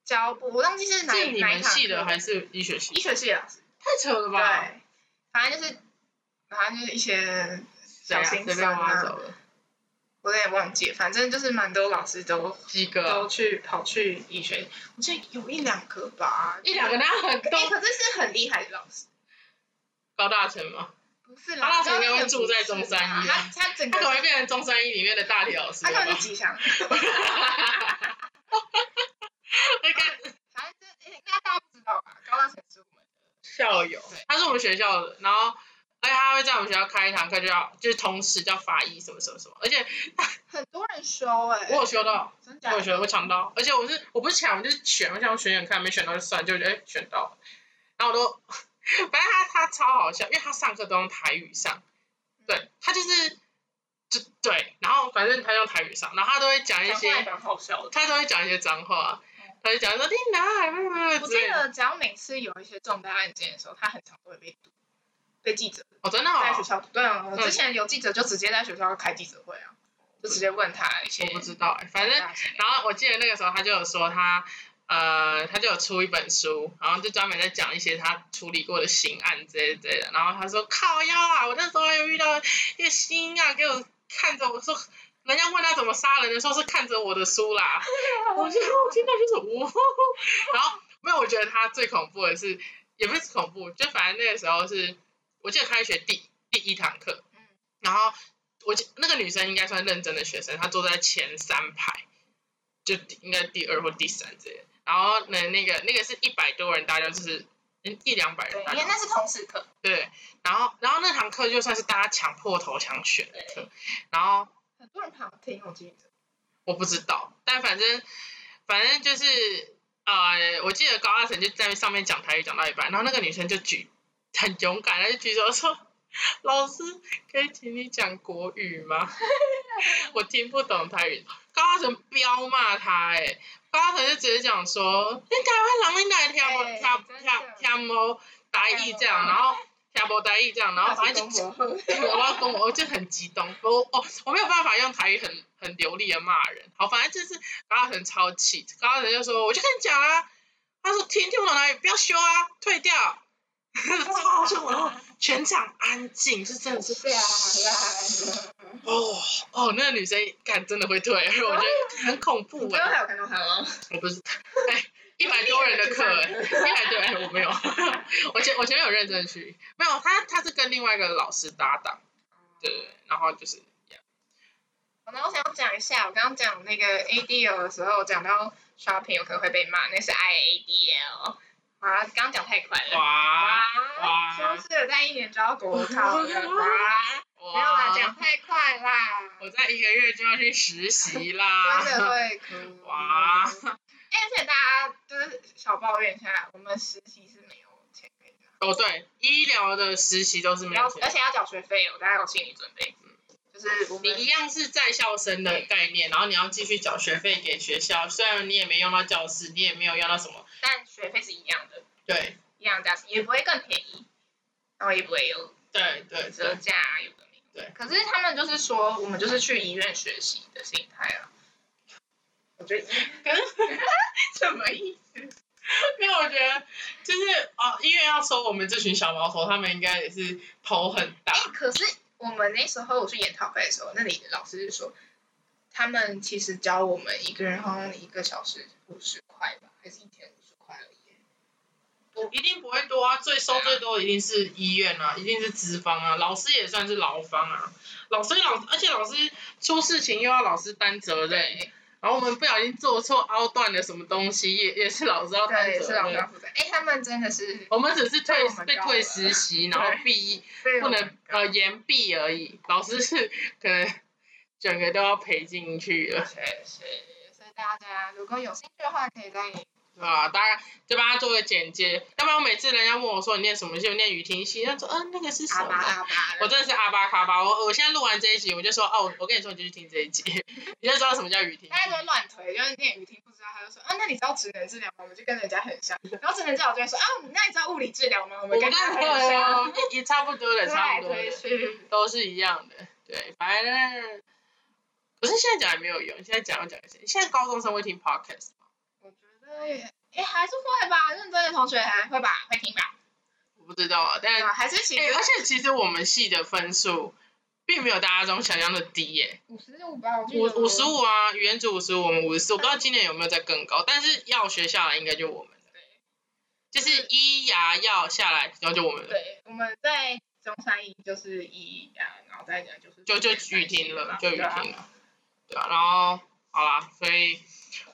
Speaker 2: 教不，我忘记是哪
Speaker 1: 是你
Speaker 2: 哪一
Speaker 1: 们
Speaker 2: 堂
Speaker 1: 系的
Speaker 2: 课
Speaker 1: 还是医学系？
Speaker 2: 医学系的老师？
Speaker 1: 太扯了
Speaker 2: 对
Speaker 1: 吧！，
Speaker 2: 反正就是反正就是一些
Speaker 1: 谁啊
Speaker 2: 小心
Speaker 1: 随便
Speaker 2: 酸
Speaker 1: 挖
Speaker 2: 啊，
Speaker 1: 走了
Speaker 2: 我也忘记，反正就是蛮多老师都
Speaker 1: 几个，
Speaker 2: 都去跑去医学，我记得有一两个吧，
Speaker 1: 一两个那很
Speaker 2: 哎、
Speaker 1: 多
Speaker 2: 可是是很厉害的老师。
Speaker 1: 高大成吗？
Speaker 2: 不是
Speaker 1: 阿
Speaker 2: 啦，
Speaker 1: 拉伯应该会啊住在中山一啊
Speaker 2: 他他整
Speaker 1: 他
Speaker 2: 个
Speaker 1: 可能会变成中山一里面的大体老师
Speaker 2: 他
Speaker 1: 了吧
Speaker 2: 根？本就吉祥。
Speaker 1: 那个
Speaker 2: 反正这应该大家不知道吧？高大成是我们
Speaker 1: 校友
Speaker 2: 对，
Speaker 1: 他是我们学校的，然后而且他会在我们学校开一堂课，就叫就是通识叫法医什么什么什么，而且
Speaker 2: 很多人修哎、
Speaker 1: 我有修到，
Speaker 2: 真假
Speaker 1: 我有修我抢到，而且我是我不是抢，我就是选，我想选选看，没选到就算，就觉得哎、选到了，然后我都 <laughs> 反正他他超好笑，因为他上课都用台语上，
Speaker 2: 嗯
Speaker 1: 对他就是就对，然后反正他用台语上，然后他都会讲一
Speaker 2: 讲话也嗯
Speaker 1: 些
Speaker 2: 蛮好笑的。
Speaker 1: 他都会讲一些脏话，他就讲说你哪不
Speaker 2: <laughs>
Speaker 1: 不
Speaker 2: 我
Speaker 1: 不
Speaker 2: 记
Speaker 1: 之类的，
Speaker 2: 得只要每次有一些重大案件的时候，他很常都会被堵被记者
Speaker 1: 哦真的
Speaker 2: 在学
Speaker 1: 哦，
Speaker 2: 校堵。对啊，我
Speaker 1: 嗯
Speaker 2: 之前有记者就直接在学校开记者会啊，就直接问他一些
Speaker 1: 我。不知道哎、反正。
Speaker 2: 大事
Speaker 1: 然后我记得那个时候他就有说他，呃，他就有出一本书，然后就专门在讲一些他处理过的刑案之类之类的。然后他说靠腰啊，我那时候有遇到一个新啊，给我看着我说，人家问他怎么杀人的时候是看着我的书啦，我就我听到就是我， <laughs> 然后没有，我觉得他最恐怖的是，也不是恐怖，就反正那个时候是，我记得开学第第一堂课，
Speaker 2: 嗯
Speaker 1: 然后我记那个女生应该算认真的学生，她坐在前三排，就第应该第二或第三之类的。然后呢，那个那个是一百多人，大家就是嗯一两百
Speaker 2: 对
Speaker 1: 人，大，
Speaker 2: 因为
Speaker 1: 概
Speaker 2: 那是同时课，
Speaker 1: 对。然后然后那堂课就算是大家抢破头想选的课，然后
Speaker 2: 很多人旁听，我记得。
Speaker 1: 我不知道，但反正反正就是呃，我记得高阿成就在上面讲台语讲到一半，然后那个女生就举很勇敢，她就举手说：“老师，可以请你讲国语吗？ <laughs> 我听不懂台语。”高阿成彪骂她、欸，哎，高阿成就直接讲说：“你台湾人，你哪会听不
Speaker 2: 对
Speaker 1: 听
Speaker 2: 哎真的
Speaker 1: 听听无台语这样，然后听无台语这样，然后反正就
Speaker 2: 大家都 <laughs> 磨合
Speaker 1: 我要跟我我就很激动，我我我没有办法用台语很很流利的骂人。好，反正就是高浩成超气，高浩成就说我就跟你讲啊，他说听听不懂台语不要修啊，退掉。超凶，然后全场安静，就真的是
Speaker 2: 下来了。
Speaker 1: 哦哦，那个女生看真的会退，我觉得很恐怖
Speaker 2: 你刚
Speaker 1: 哎、
Speaker 2: 刚还有看到他吗？
Speaker 1: 我不是哎。一百多人的课、哎一百多人我没有， <laughs> 我前我前面有认真去，没有他他是跟另外一个老师搭档，对，对对然后就是
Speaker 2: 好那我想讲一下，我刚刚讲那个 ADL 的时候，讲到 shopping 有可能会被骂，那是 IADL。啊，刚刚讲太快了。
Speaker 1: 哇
Speaker 2: 哇！消失了，在一年就要国考了。哇！
Speaker 1: 哇！
Speaker 2: 没有啊啦，讲太快啦，
Speaker 1: 我在一个月就要去实习啦。
Speaker 2: <laughs> 真的会哭。
Speaker 1: 哇
Speaker 2: 哎！而且大家就是小抱怨一下，我们实习是没有钱给的，
Speaker 1: 哦，对，医疗的实习都是没
Speaker 2: 要
Speaker 1: 有
Speaker 2: 而
Speaker 1: 钱。
Speaker 2: 且要缴学费哦，大家有心理准备。就是我
Speaker 1: 你
Speaker 2: 们
Speaker 1: 一样是在校生的概念，然后你要继续缴学费给学校，虽然你也没用到教室，你也没有用到什么，
Speaker 2: 但学费是一样的，
Speaker 1: 对，
Speaker 2: 一样价钱，也不会更便宜，然后也不会有
Speaker 1: 对对
Speaker 2: 折
Speaker 1: 对，
Speaker 2: 价啊，有的没有。
Speaker 1: 对。
Speaker 2: 可是他们就是说，我们就是去医院学习的心态啊。我觉 <laughs> 得什么意思？
Speaker 1: 没有，我觉得就是哦，医院要收我们这群小毛头，他们应该也是头很大
Speaker 2: 哎、，可是我们那时候我去研讨会的时候，那里的老师是说，他们其实教我们一个人好像一个小时五十块吧，还是一天五十块而已。
Speaker 1: 一定不会多啊，最收最多的一定是医院啊，一定是资方啊，老师也算是劳方啊，老师老而且老师出事情又要老师担责任，
Speaker 2: 对，
Speaker 1: 然后我们不小心做错凹断了什么东西，也也是老师要担
Speaker 2: 哦对，是
Speaker 1: 责
Speaker 2: 老师
Speaker 1: 任。
Speaker 2: 要负责。哎、他们真的是
Speaker 1: 我们只是
Speaker 2: 对
Speaker 1: 退
Speaker 2: 我们
Speaker 1: 被
Speaker 2: 高
Speaker 1: 退
Speaker 2: 了
Speaker 1: 实
Speaker 2: <laughs>
Speaker 1: 习，然后
Speaker 2: 对
Speaker 1: 毕
Speaker 2: 对
Speaker 1: 不
Speaker 2: 我
Speaker 1: 能呃延毕而 <laughs> 已，老师是可能整个都要赔进去了。
Speaker 2: 确实，所以大家如果有兴趣的话，可以在
Speaker 1: 对啊，大概就帮他做个简介，要不然我每次人家问我说你念什么系，我念语听系，他说嗯、那个是什
Speaker 2: 阿巴
Speaker 1: 么？
Speaker 2: 阿巴
Speaker 1: 我
Speaker 2: 的
Speaker 1: 真的是阿巴卡巴，我我现在录完这一集，我就说哦，我跟你说，你就去听这一集， <laughs> 你就知道什么叫语听
Speaker 2: 大。家都会乱推，就是念语听不知道，他就说啊，那你知道职能治疗吗？我们就跟人家很像。然后职能治疗就会说啊，那你知道物理治疗吗？我
Speaker 1: 我
Speaker 2: 们跟
Speaker 1: 跟
Speaker 2: 他
Speaker 1: 他
Speaker 2: 很像。
Speaker 1: 也也差不多的，
Speaker 2: 推
Speaker 1: 差
Speaker 2: 来
Speaker 1: 不多
Speaker 2: 推
Speaker 1: 的，
Speaker 2: 去，
Speaker 1: 都啊是一样的。对，反正可是现在讲也没有用，现在讲要讲一些，现在高中生会听 podcast 吗
Speaker 2: 我觉得也哎还是会吧，认真的同学还会吧，会听吧。
Speaker 1: 我不知道啊，但
Speaker 2: 对吧还是其
Speaker 1: 哎、
Speaker 2: 实
Speaker 1: 而且其实我们系的分数并没有大家中想象的低耶、
Speaker 2: 五十五吧，我记
Speaker 1: 五
Speaker 2: 得
Speaker 1: 五十。五啊，语言组五十五，我们五十四，我不知道今年有没有再更高，但是药学下来应该就我们的，
Speaker 2: 对
Speaker 1: 就是医牙药下来，然后就我们的，
Speaker 2: 对，我们在中山一就是一啊，然后再讲就是
Speaker 1: 就就雨停了，就雨
Speaker 2: 对啊
Speaker 1: 停了，对啊，然后好啦，所以。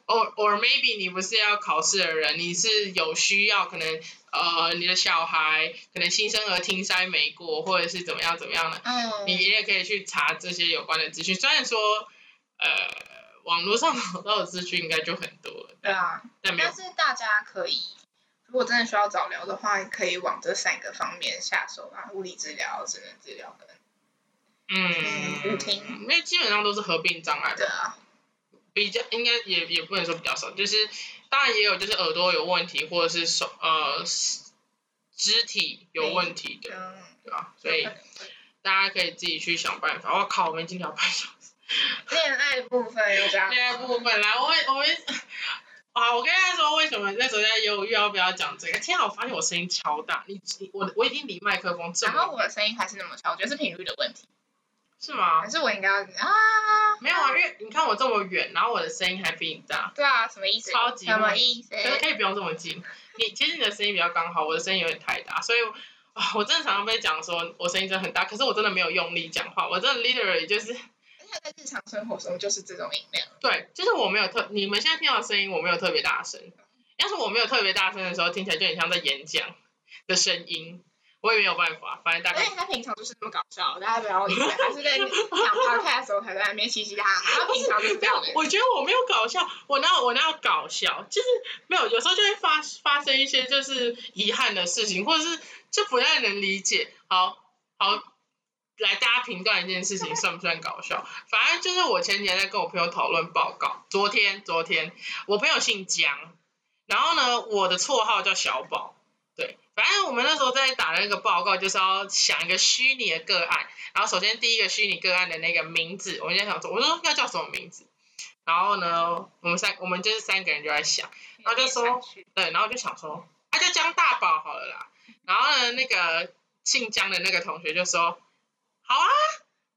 Speaker 1: or or maybe 你不是要考试的人，你是有需要，可能呃你的小孩可能新生儿听塞没过，或者是怎么样怎么样的，
Speaker 2: 嗯，
Speaker 1: 你也可以去查这些有关的资讯。虽然说，呃，网络上找到的资讯应该就很多了，
Speaker 2: 对
Speaker 1: 但
Speaker 2: 啊，
Speaker 1: 但没有
Speaker 2: 但是大家可以，如果真的需要早疗的话，可以往这三个方面下手啊，物理治疗、职能治疗跟
Speaker 1: 嗯
Speaker 2: 嗯听，
Speaker 1: 因为基本上都是合并障碍吧，
Speaker 2: 对啊，
Speaker 1: 比较应该也也不能说比较少，就是当然也有就是耳朵有问题或者是手呃肢体有问题的，
Speaker 2: 嗯，
Speaker 1: 对吧？所以
Speaker 2: 有可能会
Speaker 1: 大家可以自己去想办法。我靠，我们已经聊半小时。
Speaker 2: 恋爱部分又这样，
Speaker 1: 恋爱部分来，我会我会。啊，我跟大家说，为什么那时候在犹豫要不要讲这个？天啊，我发现我声音超大，你你我我已经离麦克风这
Speaker 2: 然后
Speaker 1: 么
Speaker 2: 我的声音还是那么小，我觉得是频率的问题，
Speaker 1: 是吗
Speaker 2: 还？是我应该要啊？
Speaker 1: 没有啊，因为你看我这么远，然后我的声音还比你大，
Speaker 2: 对啊，什么意思？
Speaker 1: 超级
Speaker 2: 什么
Speaker 1: 会
Speaker 2: 意思？
Speaker 1: 可是可以不用这么近。你其实你的声音比较刚好，我的声音有点太大，所以啊，我真的常常被讲说我声音真的很大，可是我真的没有用力讲话，我真的 literally 就是
Speaker 2: 而且在日常生活中就是这种音量，
Speaker 1: 对，就是我没有特，你们现在听到的声音我没有特别大声。要是我没有特别大声的时候，听起来就很像在演讲的声音，我也没有办法。反正大
Speaker 2: 而
Speaker 1: 概
Speaker 2: 且他平常就是这么搞笑，大家不要以为他是在讲 podcast 的时候才在那边嘻嘻哈哈，他平常就是这样的人。
Speaker 1: 我觉得我没有搞笑，我哪有我哪有搞笑，就是没有，有时候就会发发生一些就是遗憾的事情，或者是就不太能理解。好好，来大家评断一件事情算不算搞笑？反正就是我前几天在跟我朋友讨论报告，昨天昨天我朋友姓江，然后呢我的绰号叫小宝。对，反正我们那时候在打那个报告，就是要想一个虚拟的个案。然后首先第一个虚拟个案的那个名字，我们在想说，我说要叫什么名字？然后呢，我们三我们就是三个人就在想， <laughs> 然后就说对，然后我就想说，啊叫江大宝好了啦。然后呢，那个姓江的那个同学就说，好啊，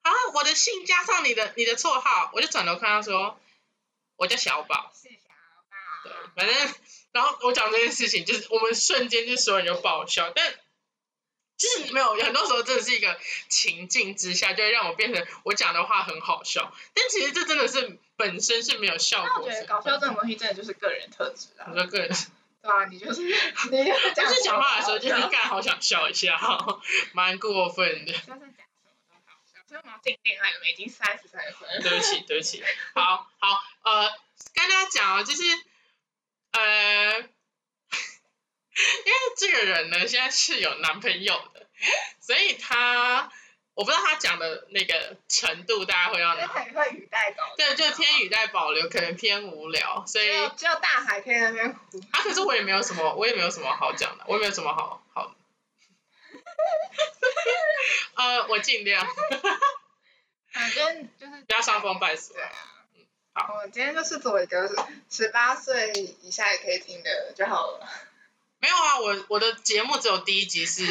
Speaker 1: 好啊，我的姓加上你的你的绰号，我就转头看他说，我叫小宝。
Speaker 2: 是小吧
Speaker 1: 对，啊反正然后我讲这件事情，就是我们瞬间就所有人就爆笑，但就是没有很多时候真的是一个情境之下，就会让我变成我讲的话很好笑，但其实这真的是本身是没有效
Speaker 2: 那我
Speaker 1: 果
Speaker 2: 觉得
Speaker 1: 的。
Speaker 2: 搞笑这种东西真的就是个人特质啊
Speaker 1: 我，说个人，
Speaker 2: 对吧？你就是你就是
Speaker 1: 但是讲话的时候就是
Speaker 2: 讲什么
Speaker 1: 干好想笑一下， <laughs> 蛮过分的。 <laughs>
Speaker 2: 都好笑，就是讲什么都好笑。所以我们要进恋爱了，已经三十三分了。
Speaker 1: 对不起，对不起。好好，呃，跟大家讲哦，就是呃， <laughs> 因为这个人呢，现在是有男朋友的，所以他我不知道他讲的那个程度，大家会要
Speaker 2: 因为
Speaker 1: 哪？
Speaker 2: 他也会语带保留，
Speaker 1: 对，就偏语带保留，可能偏无聊，所
Speaker 2: 只
Speaker 1: 以
Speaker 2: 有只有大海可以在那边胡
Speaker 1: 啊，可是我也没有什么，我也没有什么好讲的，我也没有什么好好。呃，我尽量
Speaker 2: 反正就是
Speaker 1: 不要伤风败俗
Speaker 2: 对。啊。
Speaker 1: 好
Speaker 2: 我今天就是做一个十八岁以下也可以听的就好了。
Speaker 1: 没有啊，我我的节目只有第一集是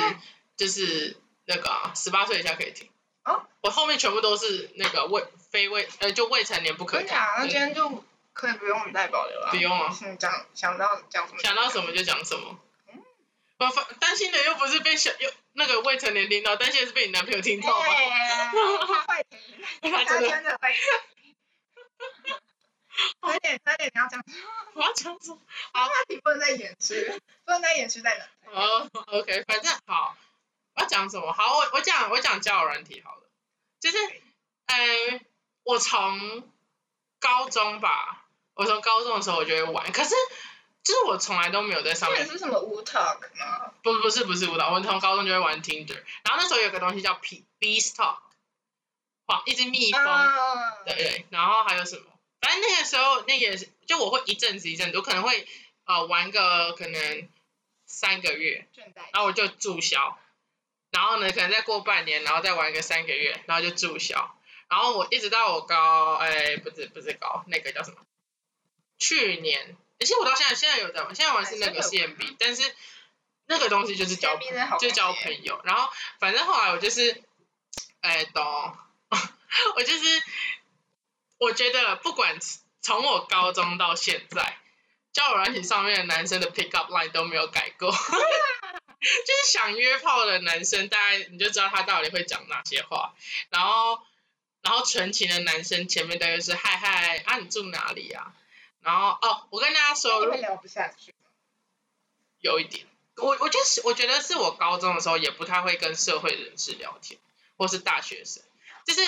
Speaker 1: 就是那个啊十八岁以下可以听。
Speaker 2: 哦，
Speaker 1: 我后面全部都是那个未非未呃就未成年不可
Speaker 2: 真
Speaker 1: 听。
Speaker 2: 假？那
Speaker 1: 嗯
Speaker 2: 今天就可以不用语带保留啊。
Speaker 1: 不用啊，
Speaker 2: 嗯，讲想到讲什么？
Speaker 1: 想到什么就讲什么。我发担心的又不是被小又那个未成年听到，担心的是被你男朋友听到吧？
Speaker 2: 哎他会听，
Speaker 1: <laughs> 他
Speaker 2: 他
Speaker 1: 真的，
Speaker 2: 真的会听。快点，快点，你要讲什么
Speaker 1: 我要讲什么？
Speaker 2: 话题？不能再延迟，不能再延迟在哪？
Speaker 1: 哦，OK，反正好，我要讲什么？好，我我讲我讲交友软体好了，就是，呃，我从高中吧，我从高中的时候我就会玩，可是就是我从来都没有在上
Speaker 2: 这
Speaker 1: 面
Speaker 2: 个是什么 Wu Talk 吗？
Speaker 1: 不不是不是舞蹈，我从高中就会玩 Tinder，然后那时候有个东西叫 P Beast Talk，哇，一只蜜蜂，
Speaker 2: 啊，
Speaker 1: 对对，然后还有什么？反正那个时候那个就我会一阵子一阵子，我可能会呃玩个可能三个月，
Speaker 2: 倦怠
Speaker 1: 然后我就注销，然后呢可能再过半年，然后再玩个三个月，然后就注销，然后我一直到我高哎不是不是高那个叫什么？去年，其实我到现在现在有在玩，现在玩啊是那个
Speaker 2: 还是有
Speaker 1: CMB，但是那个东西就是交
Speaker 2: 身边的好
Speaker 1: 就交
Speaker 2: 友，
Speaker 1: 朋友。然后反正后来我就是，哎，懂， <laughs> 我就是，我觉得不管从我高中到现在，交友软体上面的男生的 pick up line 都没有改过， <laughs> 就是想约炮的男生，大概你就知道他到底会讲哪些话，然后。然后纯情的男生前面都会是嗨嗨啊，你住哪里啊？然后哦，我跟大家说，如
Speaker 2: 那你
Speaker 1: 果
Speaker 2: 会聊不下去。
Speaker 1: 有一点。我我就是我觉得是我高中的时候也不太会跟社会人士聊天，或是大学生，就是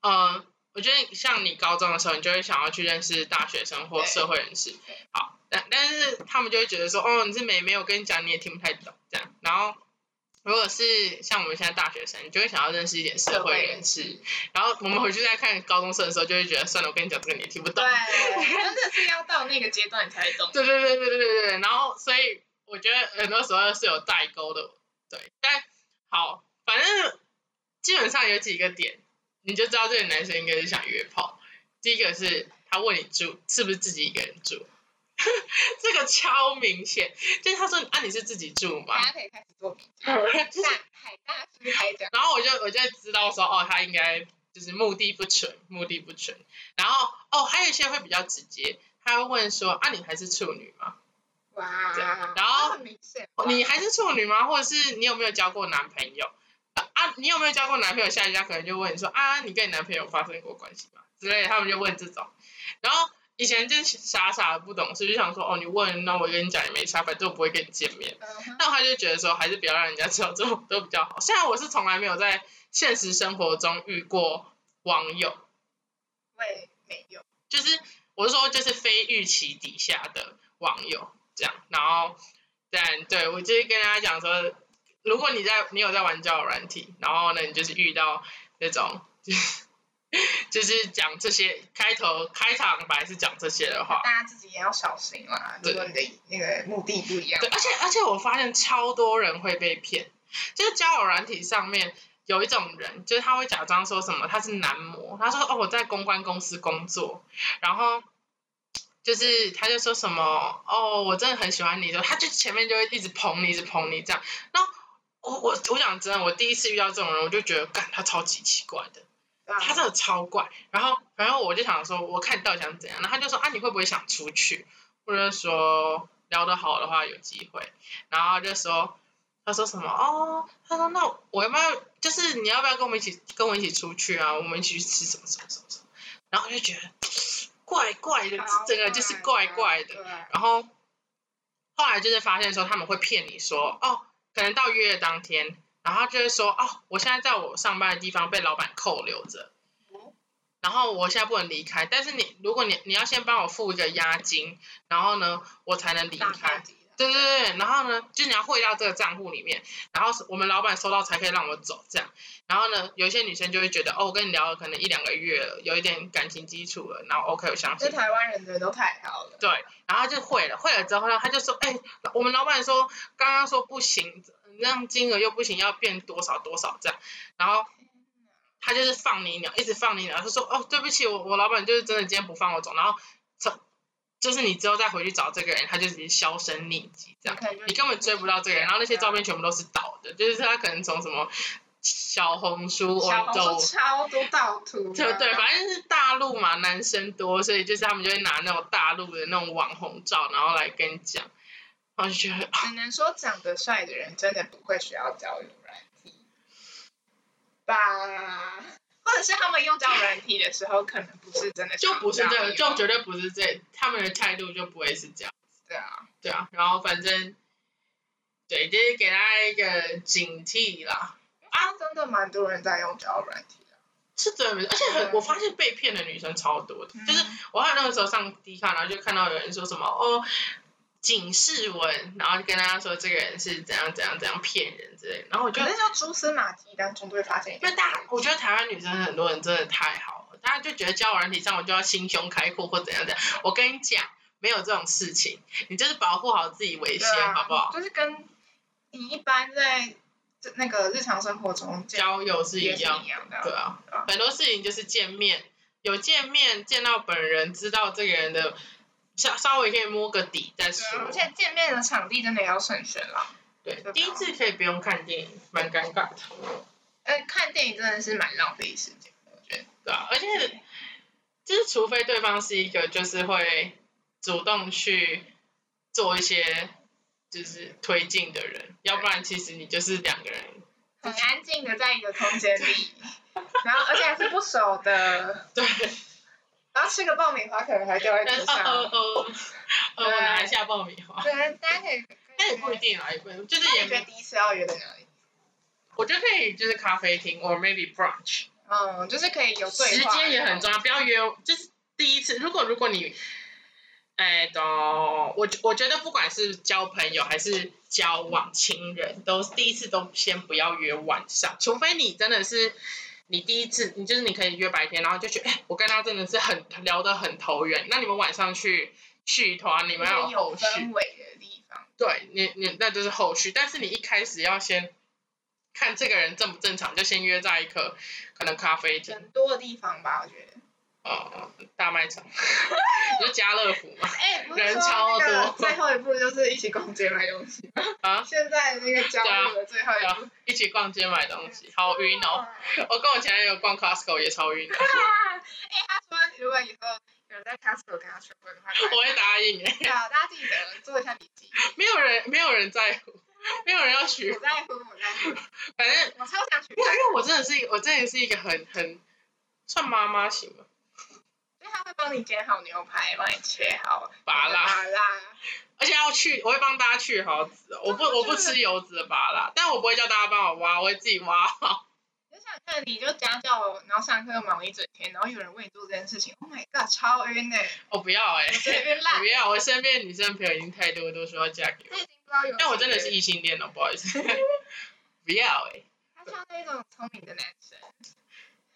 Speaker 1: 呃，我觉得像你高中的时候，你就会想要去认识大学生或社会人士
Speaker 2: 对，
Speaker 1: 好，但但是他们就会觉得说，哦，你是美眉，我跟你讲你也听不太懂这样，然后。如果是像我们现在大学生，你就会想要认识一点社会人士，然后我们回去再看高中生的时候，就会觉得算了，我跟你讲这个你也听不懂
Speaker 2: 对，，真的是要到那个阶段你才懂。
Speaker 1: 对对对对对对对，然后所以我觉得很多时候是有代沟的，对。但好，反正基本上有几个点，你就知道这个男生应该是想约炮。第一个是他问你住是不是自己一个人住， <laughs> 这个超明显，就是他说啊你是自己住
Speaker 2: 大
Speaker 1: 吗？
Speaker 2: 家可以开始做笔记。
Speaker 1: 就是
Speaker 2: 大海大师开讲，
Speaker 1: 然后我就我就知道说，哦，他应该就是目的不纯，目的不纯。然后哦，还有一些会比较直接，他会问说，啊，你还是处女吗？
Speaker 2: 哇
Speaker 1: 对，然后
Speaker 2: 那很明显，
Speaker 1: 你还是处女吗？或者是你有没有交过男朋友？啊，啊你有没有交过男朋友？下一家可能就问你说啊，你跟你男朋友发生过关系吗？之类的，他们就问这种。然后以前就是傻傻的不懂事，就想说哦，你问，那我跟你讲也没差，反正我不会跟你见面。
Speaker 2: 嗯哼
Speaker 1: 但我他就觉得说，还是不要让人家知道这种都比较好。虽然我是从来没有在现实生活中遇过网友，
Speaker 2: 我也没有。
Speaker 1: 就是我是说，就是非预期底下的网友这样，然后但对我就是跟大家讲说，如果你在你有在玩交友软体，然后呢，你就是遇到那种 <laughs> 就是就是讲这些开头开场白是讲这些的话，
Speaker 2: 大家自己也要小心啦。
Speaker 1: 对
Speaker 2: 如果你的那个目的不一样
Speaker 1: 对，，而且而且我发现超多人会被骗，就是交友软体上面有一种人，就是他会假装说什么他是男模，他说哦我在公关公司工作，然后就是他就说什么哦我真的很喜欢你，就他就前面就会一直捧你，一直捧你这样。然后我我我讲真的，我第一次遇到这种人，我就觉得干他超级奇怪的。他真的超怪。然后，然后我就想说，我看你到底想怎样？然后他就说啊，你会不会想出去？或者说聊得好的话有机会。然后就说，他说什么？哦，他说那我要不要？就是你要不要跟我们一起跟我一起出去啊？我们一起去吃什么什么什么什么？然后我就觉得 <sniffs> 怪怪的，整个就是怪怪的。
Speaker 2: 的。
Speaker 1: 然后后来就是发现说他们会骗你说，哦，可能到约的当天，然后他就会说，哦，我现在在我上班的地方被老板扣留着
Speaker 2: 哦，
Speaker 1: 然后我现在不能离开，但是你如果你你要先帮我付一个押金，然后呢，我才能离
Speaker 2: 大
Speaker 1: 开
Speaker 2: 班。级的
Speaker 1: 对对对，然后呢，就你要汇到这个账户里面，然后我们老板收到才可以让我走这样。然后呢，有一些女生就会觉得，哦，我跟你聊了可能一两个月了，有一点感情基础了，然后 OK，我相信
Speaker 2: 这
Speaker 1: 你。
Speaker 2: 台湾人的都太好了。
Speaker 1: 对然后他就会了，会了之后呢，他就说，哎、我们老板说刚刚说不行，那样金额又哦不行，要变多少多少这样，然后他就是放你鸟，一直放你鸟，他说，哦，对不起，我我老板就是真的今天不放我走，然后从就是你之后再回去找这个人，他就已经销声匿迹这样。你根本追不到这个人，然后那些照片全部都是倒的，就是他可能从什么小红书、
Speaker 2: 小红
Speaker 1: 网
Speaker 2: 书超多盗
Speaker 1: <laughs>
Speaker 2: 图啊，
Speaker 1: 对对，反正是大陆嘛，男生多，所以就是他们就会拿那种大陆的那种网红照，然后来跟你讲，然后就觉得啊
Speaker 2: 只能说长得帅的人真的不会需要交友软体吧，或者是他们用交友软体的时候，可能不是真的
Speaker 1: 就不是
Speaker 2: 想
Speaker 1: 这
Speaker 2: 交
Speaker 1: 个，
Speaker 2: 友
Speaker 1: 就绝对不是这，他们的态度就不会是这样，
Speaker 2: 对啊，
Speaker 1: 对啊，然后反正，对，就是给大家一个警惕啦，
Speaker 2: 啊，真的蛮多人在用交友软体的，
Speaker 1: 是真的，而且很，
Speaker 2: 嗯
Speaker 1: 我发现被骗的女生超多的，
Speaker 2: 嗯
Speaker 1: 就是我还有那个时候上迪卡，然后就看到有人说什么哦警示文，然后就跟大家说这个人是怎样怎样怎样骗人之类的，然后我就
Speaker 2: 可是就蛛丝马迹当中就会发现一个
Speaker 1: 因为大家，我觉得台湾女生很多人真的太好了，大家就觉得交友软体上我就要心胸开阔或怎样怎样。我跟你讲，没有这种事情，你就是保护好自己为先，
Speaker 2: 对啊
Speaker 1: 好不好？
Speaker 2: 就是跟你一般在这那个日常生活中见
Speaker 1: 交友是一
Speaker 2: 也是
Speaker 1: 样，
Speaker 2: 一样的啊。
Speaker 1: 对啊
Speaker 2: 对啊，
Speaker 1: 很多事情就是见面，有见面见到本人，知道这个人的。稍稍微可以摸个底再
Speaker 2: 对
Speaker 1: 说
Speaker 2: 啊，而且见面的场地真的也要慎选啦。
Speaker 1: 对
Speaker 2: 对，
Speaker 1: 第一次可以不用看电影，蛮尴尬的，
Speaker 2: 哎，看电影真的是蛮浪费时间的，我觉得。
Speaker 1: 对啊，而且就是除非对方是一个就是会主动去做一些就是推进的人，要不然其实你就是两个人。
Speaker 2: 很安静的在一个空
Speaker 1: <laughs>
Speaker 2: 间里，然后而且还是不熟的，
Speaker 1: 对，
Speaker 2: 然后吃个爆米花可能还掉在
Speaker 1: 但是
Speaker 2: 地
Speaker 1: <laughs> 哦哦
Speaker 2: 上。
Speaker 1: 哦，哦，我拿一下爆米花，
Speaker 2: 对，大家可以。
Speaker 1: 但也不一定啊，也不一定，就是
Speaker 2: 那
Speaker 1: 也
Speaker 2: 你觉得
Speaker 1: 没，
Speaker 2: 第一次要约在哪里？
Speaker 1: 我觉得可以就是咖啡厅 or maybe brunch，
Speaker 2: 嗯，就是可以有对
Speaker 1: 时
Speaker 2: 话。
Speaker 1: 间也很重要，不要约，就是第一次。如果如果你，哎，懂，我觉我觉得不管是交朋友还是交往情人，都第一次都先不要约晚上，除非你真的是你第一次，你就是你可以约白天，然后就觉得，哎，我跟他真的是很聊得很投缘，那你们晚上去去团，你
Speaker 2: 一
Speaker 1: 们
Speaker 2: 些
Speaker 1: 要有
Speaker 2: 有
Speaker 1: 后续
Speaker 2: 氛，围的地方。
Speaker 1: 对你你那就是后续，但是你一开始要先。看这个人正不正常，就先约在一个可能咖啡厅，
Speaker 2: 人多的地方吧，我觉得。
Speaker 1: 哦，大卖场，你说家乐福嘛？
Speaker 2: 哎、不是
Speaker 1: 人
Speaker 2: 说
Speaker 1: 超
Speaker 2: 那个
Speaker 1: 多
Speaker 2: 最后一步就是一起逛街买东西吗？
Speaker 1: 啊
Speaker 2: 现在那个交流的最后
Speaker 1: 对
Speaker 2: 一
Speaker 1: 啊
Speaker 2: 步。，
Speaker 1: 一起逛街买东西，好晕哦！
Speaker 2: 哇
Speaker 1: 我跟我前男友逛 Costco 也超
Speaker 2: <laughs>
Speaker 1: 晕的，
Speaker 2: 哎、他说如果以后有人在 Costco 跟他求婚的话，
Speaker 1: 我会答应哎，
Speaker 2: 好，大家记得做一下笔记。
Speaker 1: 没有人，没有人在乎，没有人要取
Speaker 2: 我，在乎，我在乎，
Speaker 1: 反正
Speaker 2: 我超想取
Speaker 1: 没有，
Speaker 2: 代，
Speaker 1: 因为我真的是，我真的是一个很很算妈妈型的，
Speaker 2: 因为他会帮你剪好牛排，帮你切好
Speaker 1: 拔
Speaker 2: 那个
Speaker 1: 辣，
Speaker 2: 拔辣，
Speaker 1: 而且要去，我会帮大家去好籽哦，我不我不吃油脂的拔辣，但我不会叫大家帮我挖，我会自己挖 <laughs> 好。
Speaker 2: 就想看你就家教，然后上课忙一整天，然后有人为你做这件事情，Oh my god，超晕哎、欸，
Speaker 1: 我不要哎、
Speaker 2: 我随便
Speaker 1: 我
Speaker 2: <laughs>
Speaker 1: <laughs>
Speaker 2: 烂
Speaker 1: 不，要，我身边的女生朋友已经太多都说要嫁给我
Speaker 2: 这。已经不知道有。
Speaker 1: 但我真的是，异性恋哦，不好意思，不要哎、
Speaker 2: 他像那种聪明的男 <laughs> 生，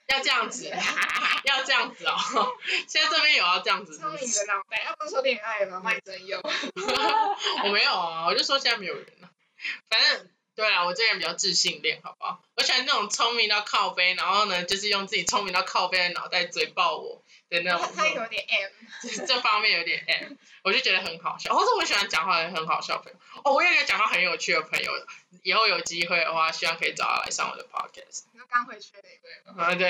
Speaker 1: 要这样子， <laughs> 要这样子哦。现在这边有要这样子是
Speaker 2: 聪
Speaker 1: 不
Speaker 2: 明
Speaker 1: 是？
Speaker 2: 的脑袋，要不是说恋爱了，卖真有。
Speaker 1: <laughs> 我没有啊，我就说现在没有人了、反正对啊，我这个人比较自信恋，好不好？我喜欢那种聪明到靠背，然后呢，就是用自己聪明到靠背的脑袋嘴爆我的那
Speaker 2: 他
Speaker 1: 种
Speaker 2: 他有点 M，
Speaker 1: 就是这方面有点 M，我就觉得很好笑，或者我喜欢讲话的很好笑的朋友。哦，我有一个讲话很有趣的朋友，以后有机会的话，希望可以找他来上我的 podcast。
Speaker 2: 你说刚回去那位吗？
Speaker 1: 啊，对，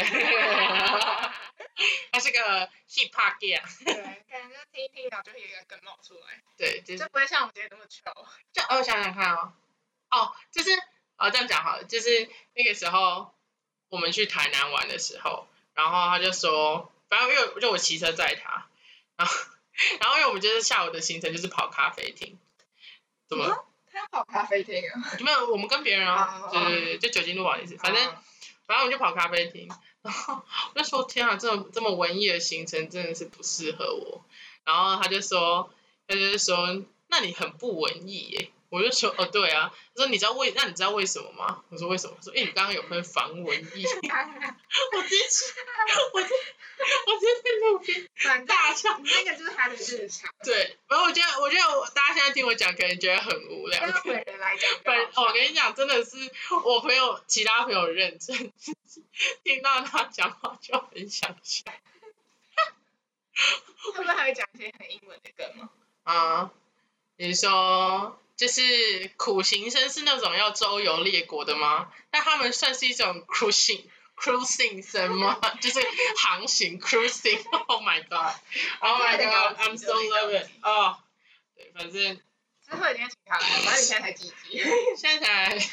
Speaker 2: <laughs>
Speaker 1: 他是个 hip hop gay，啊
Speaker 2: 对，感觉听一听，然后就会有一个梗冒出来，
Speaker 1: 对，就是
Speaker 2: 就不会像我们今天那么糗。
Speaker 1: 就哦，我想想看哦，哦，就是哦这样讲好了，就是那个时候我们去台南玩的时候，然后他就说，反正因为就我骑车载他，然后然后因为我们就是下午的行程就是跑咖啡厅，怎么了
Speaker 2: 他跑咖啡厅啊？
Speaker 1: 没有？我们跟别人啊
Speaker 2: 嗯哦，
Speaker 1: 对对对，就酒精路跑也是，反正反正我们就跑咖啡厅，然后我就说天啊，这种这么文艺的行程真的是不适合我。然后他就说，他就说，那你很不文艺耶。我就说，哦对啊，他说你知道为那你知道为什么吗？我说为什么？他说因为你刚刚有分防文艺， <laughs> 我直接去， <laughs> 我直接我直接在路边
Speaker 2: 反正
Speaker 1: 大笑。
Speaker 2: 那个就是他的日常，
Speaker 1: 对，然后我觉得我觉得我大家现在听我讲，可能觉得很无聊。
Speaker 2: 但是本人来讲，
Speaker 1: 本哦我跟你讲，真的是我朋友其他朋友认真， <laughs> 听到他讲话就很想笑
Speaker 2: 他们还会讲一些很英文的梗吗？
Speaker 1: 啊。你说就是苦行僧是那种要周游列国的吗？那他们算是一种 cruising cruising 僧吗？ <laughs> 就是航行 cruising。Oh my god！Oh my god！I'm so love it！哦，对，反正
Speaker 2: 之后一定要请他来，反正你现在才几集。
Speaker 1: 现在才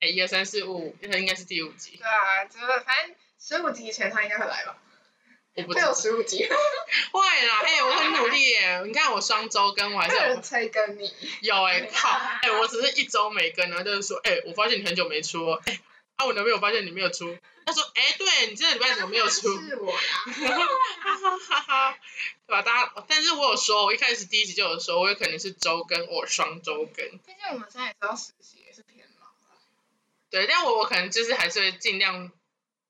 Speaker 1: 哎一二三四五，应该是第五集，
Speaker 2: 对啊，之后反正十五集以前他应该会来吧？
Speaker 1: 我不
Speaker 2: 会
Speaker 1: 知道
Speaker 2: 有。十五集，
Speaker 1: 会啦，哎、我很努力耶！你看我双周更，我还
Speaker 2: 还
Speaker 1: 是
Speaker 2: 有
Speaker 1: 有
Speaker 2: 人催更你。
Speaker 1: 啊有哎、靠，哎、我只是一周没更，然后就是说，哎、我发现你很久没出哦，哎、啊，我男朋友发现你没有出，他说，哎、对你这个礼拜怎么没有出？
Speaker 2: 是我啦，
Speaker 1: 哈 <laughs> 哈哈哈，对吧、大家，但是我有说，我一开始第一集就有说，我有可能是周更或双周更，
Speaker 2: 毕竟我们现在也知道实习也是偏忙啊。
Speaker 1: 对，但我我可能就是还是会尽量